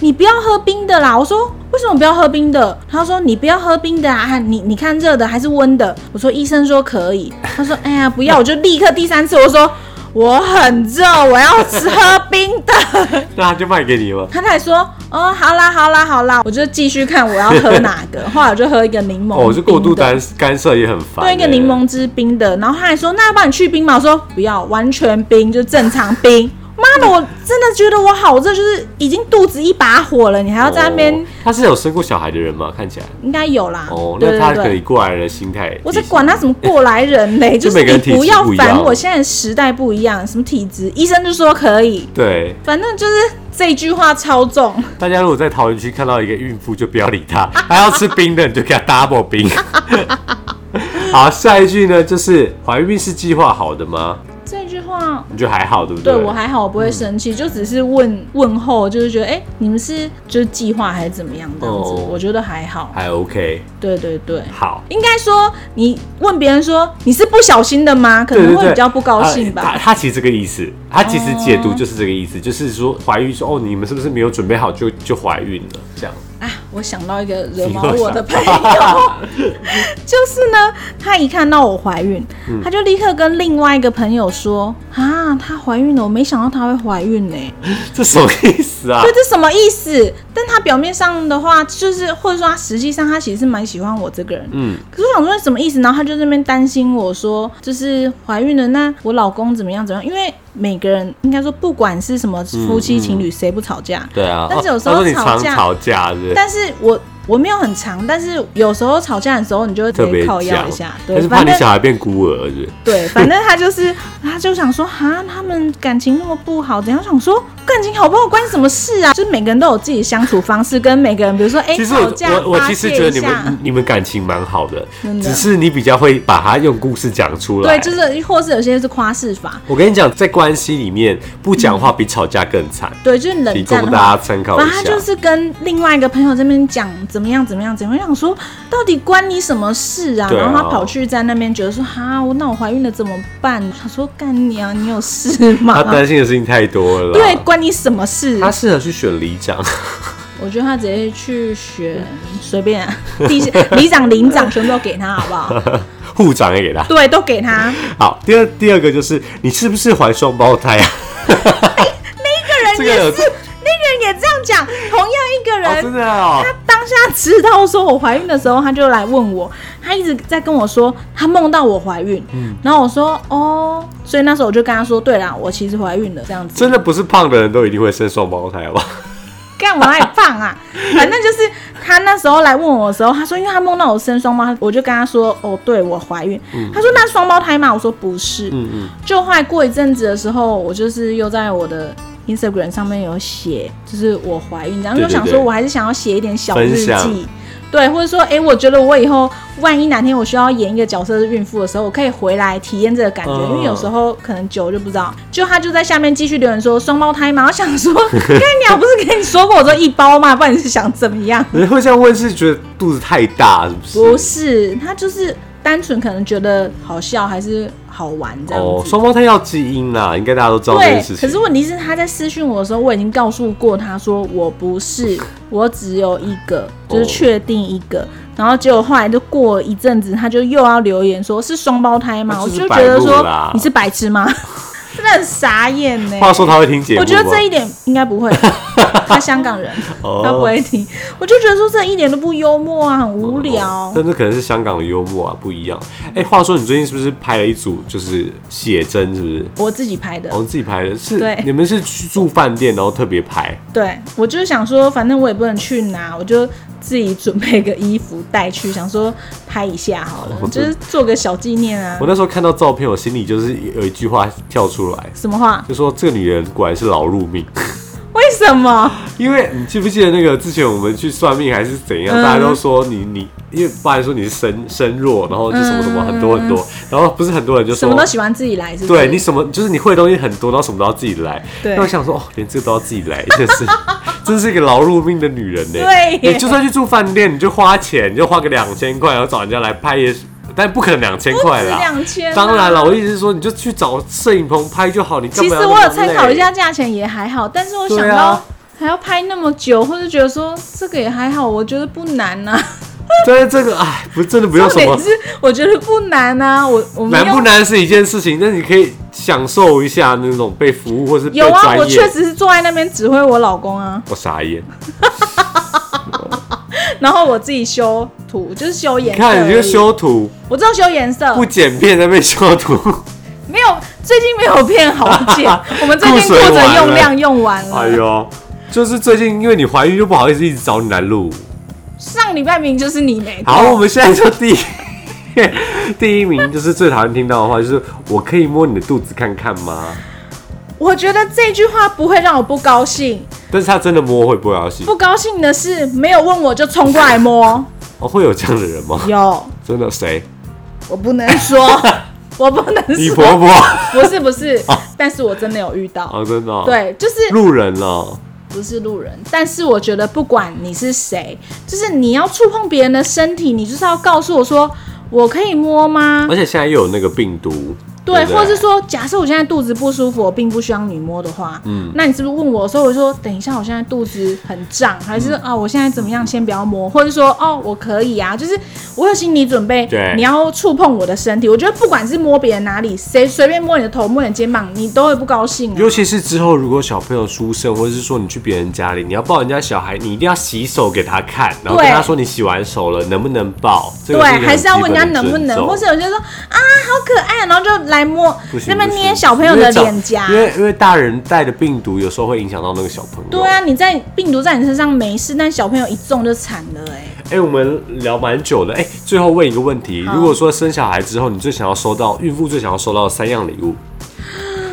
[SPEAKER 1] 你不要喝冰的啦。”我说：“为什么不要喝冰的？”他说：“你不要喝冰的啊，啊你你看热的还是温的？”我说：“医生说可以。”他说：“哎呀，不要！”我就立刻第三次我说。我很热，我要吃喝冰的。
[SPEAKER 2] 那他就卖给你了。
[SPEAKER 1] 他才说，哦，好啦，好啦，好啦，我就继续看我要喝哪 个。后来我就喝一个柠檬，
[SPEAKER 2] 哦，我是过度
[SPEAKER 1] 单。
[SPEAKER 2] 干干涉也很烦、欸
[SPEAKER 1] 对一个柠檬汁冰的，然后他还说那要帮你去冰吗？我说不要，完全冰就正常冰。妈的，我真的觉得我好热，就是已经肚子一把火了，你还
[SPEAKER 2] 欸，
[SPEAKER 1] 要在那边，
[SPEAKER 2] 哦他是有生过小孩的人吗？看起来。
[SPEAKER 1] 应该有啦。
[SPEAKER 2] 哦，
[SPEAKER 1] 对
[SPEAKER 2] 那他
[SPEAKER 1] 对
[SPEAKER 2] 可以
[SPEAKER 1] 对，
[SPEAKER 2] 过来人的心态。
[SPEAKER 1] 我在管他什么过来人嘞，
[SPEAKER 2] 就是每个
[SPEAKER 1] 你
[SPEAKER 2] 人体质
[SPEAKER 1] 不要
[SPEAKER 2] 不一样
[SPEAKER 1] 烦我，现在时代不一样，什么体质，医生就说可以，
[SPEAKER 2] 对，
[SPEAKER 1] 反正就是这句话超重。
[SPEAKER 2] 大家如果在桃园区看到一个孕妇，就不要理 她，她要吃冰的，你就给她 double 冰。好，下一句呢，就是怀孕是计划好的吗？
[SPEAKER 1] 这句话
[SPEAKER 2] 你觉得还好，对不嗯
[SPEAKER 1] 对
[SPEAKER 2] 对
[SPEAKER 1] 我还好，我不会生气，就只是问问候，就是觉得哎、你们是就是计划还是怎么样这样子，
[SPEAKER 2] 哦
[SPEAKER 1] 我觉得还好。
[SPEAKER 2] 还 OK。
[SPEAKER 1] 对对对，
[SPEAKER 2] 好，
[SPEAKER 1] 应该说你问别人说你是不小心的吗？可
[SPEAKER 2] 对
[SPEAKER 1] 能
[SPEAKER 2] 对
[SPEAKER 1] 会
[SPEAKER 2] 对，
[SPEAKER 1] 比较不高兴
[SPEAKER 2] 啊他
[SPEAKER 1] 吧。哦
[SPEAKER 2] 他其实这个意思，他其实解读就是这个意思，就是说怀孕说哦，你们是不是没有准备好就就怀孕了？这样
[SPEAKER 1] 啊，我想到一个惹毛我的朋友， 就是呢，他一看到我怀孕，
[SPEAKER 2] 嗯
[SPEAKER 1] 他就立刻跟另外一个朋友说啊，她怀孕了，我没想到她会怀孕呢、
[SPEAKER 2] 这什么意思 啊
[SPEAKER 1] 对，？这什么意思？但他表面上的话，就是或者说他实际上他其实是蛮喜欢我这个人。
[SPEAKER 2] 嗯，
[SPEAKER 1] 可是我想说什么意思？然后他就在那边担心我说，就是怀孕了，那我老公怎么样怎么样？因为每个人应该说，不管是什么夫妻情侣，谁不吵架？嗯
[SPEAKER 2] 对啊。
[SPEAKER 1] 但是有时候
[SPEAKER 2] 哦他说你
[SPEAKER 1] 吵
[SPEAKER 2] 常
[SPEAKER 1] 架
[SPEAKER 2] 吵架，是不是？
[SPEAKER 1] 但是我我没有很长，但是有时候吵架的时候，你就会
[SPEAKER 2] 特
[SPEAKER 1] 可以
[SPEAKER 2] 别
[SPEAKER 1] 靠腰
[SPEAKER 2] 讲
[SPEAKER 1] 一下，，对
[SPEAKER 2] 但，是怕
[SPEAKER 1] 反
[SPEAKER 2] 你
[SPEAKER 1] 正
[SPEAKER 2] 小孩变孤儿，是不是？
[SPEAKER 1] 对，反正他就是，他就想说，哈，他们感情那么不好，怎样？想说感情好不好关你什么事啊？就是每个人都有自己相处方式，跟每个人，比如说，哎、
[SPEAKER 2] 其实
[SPEAKER 1] 吵
[SPEAKER 2] 我
[SPEAKER 1] 架
[SPEAKER 2] 我我
[SPEAKER 1] 发
[SPEAKER 2] 其实
[SPEAKER 1] 泄
[SPEAKER 2] 觉得
[SPEAKER 1] 一
[SPEAKER 2] 你
[SPEAKER 1] 下
[SPEAKER 2] 们你们感情蛮好的，
[SPEAKER 1] 真的
[SPEAKER 2] 只是你比较会把它用故事讲出来。
[SPEAKER 1] 对，就是或是有些是夸饰法，
[SPEAKER 2] 我跟你讲，在关系里面不讲
[SPEAKER 1] 嗯
[SPEAKER 2] 话比吵架更惨，
[SPEAKER 1] 对，就是
[SPEAKER 2] 提
[SPEAKER 1] 冷
[SPEAKER 2] 供
[SPEAKER 1] 战的
[SPEAKER 2] 大家
[SPEAKER 1] 话。
[SPEAKER 2] 参考
[SPEAKER 1] 反
[SPEAKER 2] 一
[SPEAKER 1] 正他
[SPEAKER 2] 下。
[SPEAKER 1] 就是跟另外一个朋友这边讲怎么样怎么样怎么样，我想说到底关你什么事啊？
[SPEAKER 2] 对啊
[SPEAKER 1] 然后他跑去在那边觉得说哈，我那我怀孕了怎么办？他说干你啊，你有事
[SPEAKER 2] 他
[SPEAKER 1] 吗？
[SPEAKER 2] 担心的事情太多了啦。
[SPEAKER 1] 对，关你什么事？
[SPEAKER 2] 他适合去选里长，
[SPEAKER 1] 我觉得他直接去选随便啊地里长、领长全部都给他，好不好？
[SPEAKER 2] 护长也给他。
[SPEAKER 1] 对，都给他。
[SPEAKER 2] 好，第二第二个就是你是不是怀双胞胎 啊？这个
[SPEAKER 1] 那个人
[SPEAKER 2] 有
[SPEAKER 1] 也是，那个人也这样讲。同样一个
[SPEAKER 2] 哦，
[SPEAKER 1] 人，
[SPEAKER 2] 真的哦，
[SPEAKER 1] 他当下知道说我怀孕的时候，他就来问我，他一直在跟我说他梦到我怀孕，
[SPEAKER 2] 嗯
[SPEAKER 1] 然后我说哦，所以那时候我就跟他说，对啦，我其实怀孕了，这样子。
[SPEAKER 2] 真的不是胖的人都一定会生双胞胎吧？
[SPEAKER 1] 干我也胖啊！ 反正就是他那时候来问我的时候，他说因为他梦到我生双胞胎，我就跟他说哦，对我怀孕。他说那双胞胎嘛，我说不是。
[SPEAKER 2] 嗯嗯，
[SPEAKER 1] 就后来过一阵子的时候，我就是又在我的 Instagram 上面有写，就是我怀孕这样，
[SPEAKER 2] 对对
[SPEAKER 1] 就想
[SPEAKER 2] 对
[SPEAKER 1] 说我还是想要写一点小日
[SPEAKER 2] 分享
[SPEAKER 1] 记。对，或者说，哎、我觉得我以后万一哪天我需要演一个角色是孕妇的时候，我可以回来体验这个感觉，
[SPEAKER 2] 嗯
[SPEAKER 1] 因为有时候可能久就不知道。就他就在下面继续留言说双胞胎嘛，我想 说，干鸟不是跟你说过我说一包嘛，不然你是想怎么样？
[SPEAKER 2] 人会这样问是觉得肚子太大，是不是？
[SPEAKER 1] 不是，他就是单纯可能觉得好笑还是好玩这样子。
[SPEAKER 2] 哦，双胞胎要基因啦，应该大家都知道这件
[SPEAKER 1] 对
[SPEAKER 2] 事，情。
[SPEAKER 1] 可是问题是他在私讯我的时候，我已经告诉过他说我 不是，我只有一个，就是确定一
[SPEAKER 2] 哦
[SPEAKER 1] 个。然后结果后来就过一阵子，他就又要留言说是双胞胎吗？
[SPEAKER 2] 那
[SPEAKER 1] 我
[SPEAKER 2] 哦就是
[SPEAKER 1] 就觉得
[SPEAKER 2] 白目
[SPEAKER 1] 说
[SPEAKER 2] 啦
[SPEAKER 1] 你是白痴吗？ 真的很傻眼呢、
[SPEAKER 2] 话说他会听节目
[SPEAKER 1] 我
[SPEAKER 2] 吗？
[SPEAKER 1] 觉得这一点应该 不会，他香港人，
[SPEAKER 2] 哦
[SPEAKER 1] 他不会听。我就觉得说这一点都不幽默啊，很无聊。
[SPEAKER 2] 哦但这可能是香港的幽默啊，不一样。哎、话说你最近是不是拍了一组就是写真，是不是？
[SPEAKER 1] 我自己拍的，
[SPEAKER 2] 哦，自己拍的，是
[SPEAKER 1] 对
[SPEAKER 2] 你们是去住饭店，然后特别拍，
[SPEAKER 1] 对，我就是想说，反正我也不能去拿，我就自己准备个衣服带去，想说拍一下好了，就是做个小纪念啊
[SPEAKER 2] 哦我。那时候看到照片，我心里就是有一句话跳出来，
[SPEAKER 1] 什么话？
[SPEAKER 2] 就说这个女人果然是劳碌命。
[SPEAKER 1] 为什么？
[SPEAKER 2] 因为你记不记得那个之前我们去算命还是怎样，
[SPEAKER 1] 嗯
[SPEAKER 2] 大家都说你你，因为爸还说你是身身弱，然后就什么什么很多很多，然后不是很多人就
[SPEAKER 1] 嗯什
[SPEAKER 2] 说
[SPEAKER 1] 么都喜欢自己来，是不是？
[SPEAKER 2] 对你什么就是你会的东西很多，然后什么都要自己来。
[SPEAKER 1] 对
[SPEAKER 2] 那我想说，哦，连这个都要自己来， 真是，真是一个劳碌命的女人呢。
[SPEAKER 1] 对耶
[SPEAKER 2] 你就算去住饭店，你就花钱，你就花个两千块，然后找人家来拍也是，但不可能两千
[SPEAKER 1] 不
[SPEAKER 2] 块
[SPEAKER 1] 止
[SPEAKER 2] 啦。
[SPEAKER 1] 两千、
[SPEAKER 2] 当然了，我。意思是说，你就去找摄影棚拍就好，你干
[SPEAKER 1] 其
[SPEAKER 2] 嘛要
[SPEAKER 1] 实
[SPEAKER 2] 那么
[SPEAKER 1] 我有参考
[SPEAKER 2] 累
[SPEAKER 1] 一下价钱也还好，但是我想
[SPEAKER 2] 对
[SPEAKER 1] 到、
[SPEAKER 2] 啊
[SPEAKER 1] 还要拍那么久，或者觉得说这个也还好，我觉得不难呐、啊。
[SPEAKER 2] 对这个，哎，不，真的 不用
[SPEAKER 1] 重
[SPEAKER 2] 什么
[SPEAKER 1] 点是我觉得不难啊，我我们
[SPEAKER 2] 难
[SPEAKER 1] 用
[SPEAKER 2] 不难是一件事情，但你可以享受一下那种被服务或是被
[SPEAKER 1] 有啊，
[SPEAKER 2] 专
[SPEAKER 1] 我
[SPEAKER 2] 业
[SPEAKER 1] 确。实是坐在那边指挥我老公啊。
[SPEAKER 2] 我傻眼，
[SPEAKER 1] 然后我自己修图，就是修颜
[SPEAKER 2] 你
[SPEAKER 1] 色而已。
[SPEAKER 2] 看你就修图，
[SPEAKER 1] 我知道修颜色，
[SPEAKER 2] 不剪片在那边修 图，
[SPEAKER 1] 没有最近没有片好 剪，我们最近
[SPEAKER 2] 库存完
[SPEAKER 1] 库存
[SPEAKER 2] 了
[SPEAKER 1] 用量用完 了。
[SPEAKER 2] 哎呦，就是最近因为你怀孕，就不好意思一直找你来录。
[SPEAKER 1] 上礼拜明明就是你没空
[SPEAKER 2] 好，我们现在就第一 第一名，就是最讨厌听到的话，就是我可以摸你的肚子看看吗？
[SPEAKER 1] 我觉得这句话不会让我不高兴，
[SPEAKER 2] 但是他真的摸会不会高兴？
[SPEAKER 1] 不高兴的是没有问我就冲过 来摸。
[SPEAKER 2] 哦，会有这样的人吗？
[SPEAKER 1] 有，
[SPEAKER 2] 真的谁？
[SPEAKER 1] 我不能 说，我不能
[SPEAKER 2] 你
[SPEAKER 1] 说，
[SPEAKER 2] 婆 婆？
[SPEAKER 1] 不是 不是，但是我真的有遇到，
[SPEAKER 2] 哦，真的、哦。。
[SPEAKER 1] 对，就是
[SPEAKER 2] 路人哦，
[SPEAKER 1] 不是路人，但是我觉得不管你是谁，就是你要触碰别人的身体，你就是要告诉我说，我可以摸吗
[SPEAKER 2] 而？且现在又有那个病毒，
[SPEAKER 1] 对，
[SPEAKER 2] 不对
[SPEAKER 1] 或是说，假设我现在肚子不舒服，我并不需要你摸的话，嗯，那你是不是问我说，我说等一下，我现在肚子很胀，还是啊、我现在怎么样，先不要摸，或者说哦，我可以啊，就是我有心理准备
[SPEAKER 2] 对，
[SPEAKER 1] 你要触碰我的身体，我觉得不管是摸别人哪里，谁随便摸你的头，摸你的肩膀，你都会不高兴、啊，
[SPEAKER 2] 尤其是之后，如果小朋友出生，或者是说你去别人家里，你要抱人家小孩，你一定要洗手给他看，然后
[SPEAKER 1] 对
[SPEAKER 2] 跟他说你洗完手了，能不能抱？这
[SPEAKER 1] 对
[SPEAKER 2] 个，一个
[SPEAKER 1] 还是要
[SPEAKER 2] 很
[SPEAKER 1] 问
[SPEAKER 2] 基
[SPEAKER 1] 人
[SPEAKER 2] 本
[SPEAKER 1] 家
[SPEAKER 2] 的
[SPEAKER 1] 能不
[SPEAKER 2] 尊
[SPEAKER 1] 能，
[SPEAKER 2] 重
[SPEAKER 1] 或是有些人说啊好可爱，然后就来摸
[SPEAKER 2] 不，行
[SPEAKER 1] 那边
[SPEAKER 2] 不行
[SPEAKER 1] 捏小朋友
[SPEAKER 2] 因
[SPEAKER 1] 的
[SPEAKER 2] 为长
[SPEAKER 1] 脸颊
[SPEAKER 2] 因。为因为大人带的病毒有时候会影响到那个小朋友。
[SPEAKER 1] 对啊，你在病毒在你身上没事，但小朋友一中就惨了哎、
[SPEAKER 2] 哎、我们聊蛮久的，哎、最后问一个问题：
[SPEAKER 1] 好
[SPEAKER 2] 如果说生小孩之后，你最想要收到孕妇最想要收到的三样礼 物，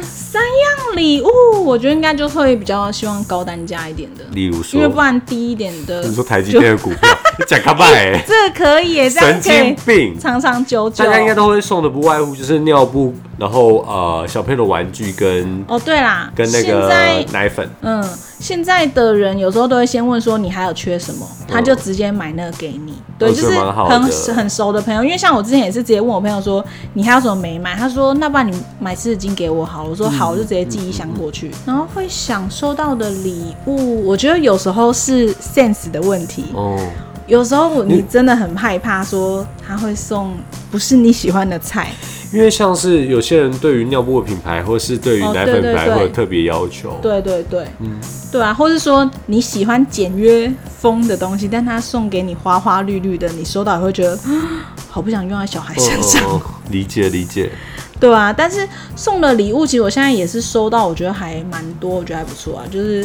[SPEAKER 1] 三样礼物，我觉得应该就会比较希望高单价一点的，
[SPEAKER 2] 例如说
[SPEAKER 1] 因为不然低一点的，
[SPEAKER 2] 比如说台积电的股票，你讲干嘛？哎，
[SPEAKER 1] 这可以 欸耶，这样
[SPEAKER 2] 神
[SPEAKER 1] 可
[SPEAKER 2] 经
[SPEAKER 1] 以
[SPEAKER 2] 病！
[SPEAKER 1] 长长久久。
[SPEAKER 2] 大家应该都会送的，不外乎就是尿布，然后呃小朋友的玩具跟
[SPEAKER 1] 哦，对啦，
[SPEAKER 2] 跟那
[SPEAKER 1] 现
[SPEAKER 2] 个
[SPEAKER 1] 在
[SPEAKER 2] 奶粉。
[SPEAKER 1] 嗯，现在的人有时候都会先问说你还有缺什么，他就直接买那个给你。对，
[SPEAKER 2] 哦
[SPEAKER 1] 就是
[SPEAKER 2] 这蛮好的
[SPEAKER 1] 很很熟的朋友，因为像我之前也是直接问我朋友说你还有什么没买，他说那不然你买湿纸巾给我好了，我说好，我就直接寄一箱
[SPEAKER 2] 嗯
[SPEAKER 1] 过去。然后会想收到的礼物，我觉得有时候是 sense 的问题，
[SPEAKER 2] 哦，
[SPEAKER 1] 有时候我
[SPEAKER 2] 你
[SPEAKER 1] 你真的很害怕说他会送不是你喜欢的菜，
[SPEAKER 2] 因为像是有些人对于尿布的品牌，或是对于
[SPEAKER 1] 哦
[SPEAKER 2] 奶粉品
[SPEAKER 1] 对对
[SPEAKER 2] 牌
[SPEAKER 1] 对
[SPEAKER 2] 会有特别要求。
[SPEAKER 1] 对对对，
[SPEAKER 2] 嗯
[SPEAKER 1] 对啊，或是说你喜欢简约风的东西，但他送给你花花绿绿的，你收到也会觉得 啊好不想用在小孩身上，
[SPEAKER 2] 哦，哦哦理解理解。
[SPEAKER 1] 对啊。但是送的礼物，其实我现在也是收到，我觉得还蛮多，我觉得还不错啊，就是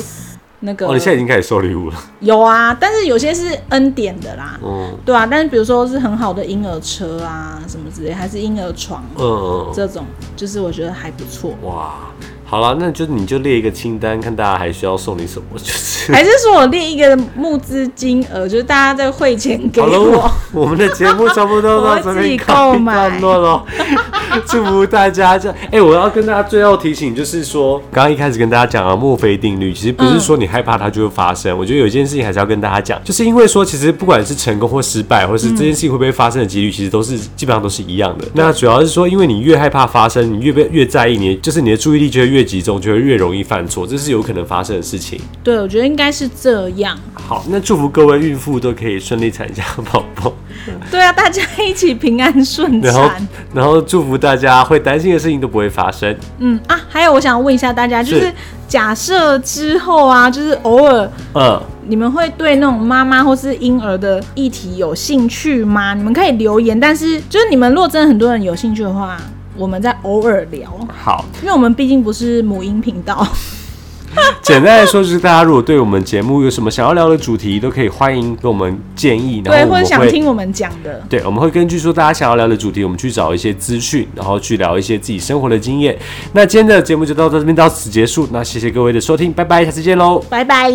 [SPEAKER 1] 那个、
[SPEAKER 2] 哦，你现在已经开始收礼物了。
[SPEAKER 1] 有啊，但是有些是恩典的啦。
[SPEAKER 2] 嗯
[SPEAKER 1] 对啊，但是比如说是很好的婴儿车啊，什么之类，还是婴儿床
[SPEAKER 2] 嗯嗯，嗯
[SPEAKER 1] 这种，就是我觉得还不错。
[SPEAKER 2] 哇，好了，那就你就列一个清单，看大家还需要送你什么，就是。
[SPEAKER 1] 还是说我列一个募资金额，就是大家在汇钱给
[SPEAKER 2] 好了，
[SPEAKER 1] 我
[SPEAKER 2] 我。我们的节目差不多到这
[SPEAKER 1] 我自己
[SPEAKER 2] 边告
[SPEAKER 1] 购
[SPEAKER 2] 一
[SPEAKER 1] 买
[SPEAKER 2] 段落了。 祝福大家这哎、我要跟大家最后提醒，就是说，刚刚一开始跟大家讲啊，墨菲定律，其实不是说你害怕它就会发生。我觉得有一件事情还是要跟大家讲，就是因为说，其实不管是成功或失败，或是这件事情会不会发生的几率，其实都是基本上都是一样的。那主要是说，因为你越害怕发生，你越被越在意，你就是你的注意力就会越集中，就会越容易犯错，这是有可能发生的事情。
[SPEAKER 1] 对，我觉得应该是这样。
[SPEAKER 2] 好，那祝福各位孕妇都可以顺利产下宝宝。
[SPEAKER 1] 对啊，大家一起平安 顺
[SPEAKER 2] 然后
[SPEAKER 1] 产。，
[SPEAKER 2] 然后祝福大家会担心的事情都不会发生。
[SPEAKER 1] 嗯啊，还有我想问一下大家，就是是假设之后啊，就是偶尔
[SPEAKER 2] 嗯，
[SPEAKER 1] 你们会对那种妈妈或是婴儿的议题有兴趣吗？你们可以留言，但是就是你们如果真的很多人有兴趣的话，我们再偶尔聊，
[SPEAKER 2] 好，
[SPEAKER 1] 因为我们毕竟不是母婴频道。
[SPEAKER 2] 简单来说就是大家如果对我们节目有什么想要聊的主题，都可以欢迎给我们建议，然
[SPEAKER 1] 对，
[SPEAKER 2] 后我
[SPEAKER 1] 或者
[SPEAKER 2] 们
[SPEAKER 1] 想
[SPEAKER 2] 会。
[SPEAKER 1] 听我们讲的。
[SPEAKER 2] 对，我们会根据说大家想要聊的主题，我们去找一些资讯，然后去聊一些自己生活的经验。那今天的节目就到这边到此结束，那谢谢各位的收听，拜拜，下次见喽。
[SPEAKER 1] 拜拜。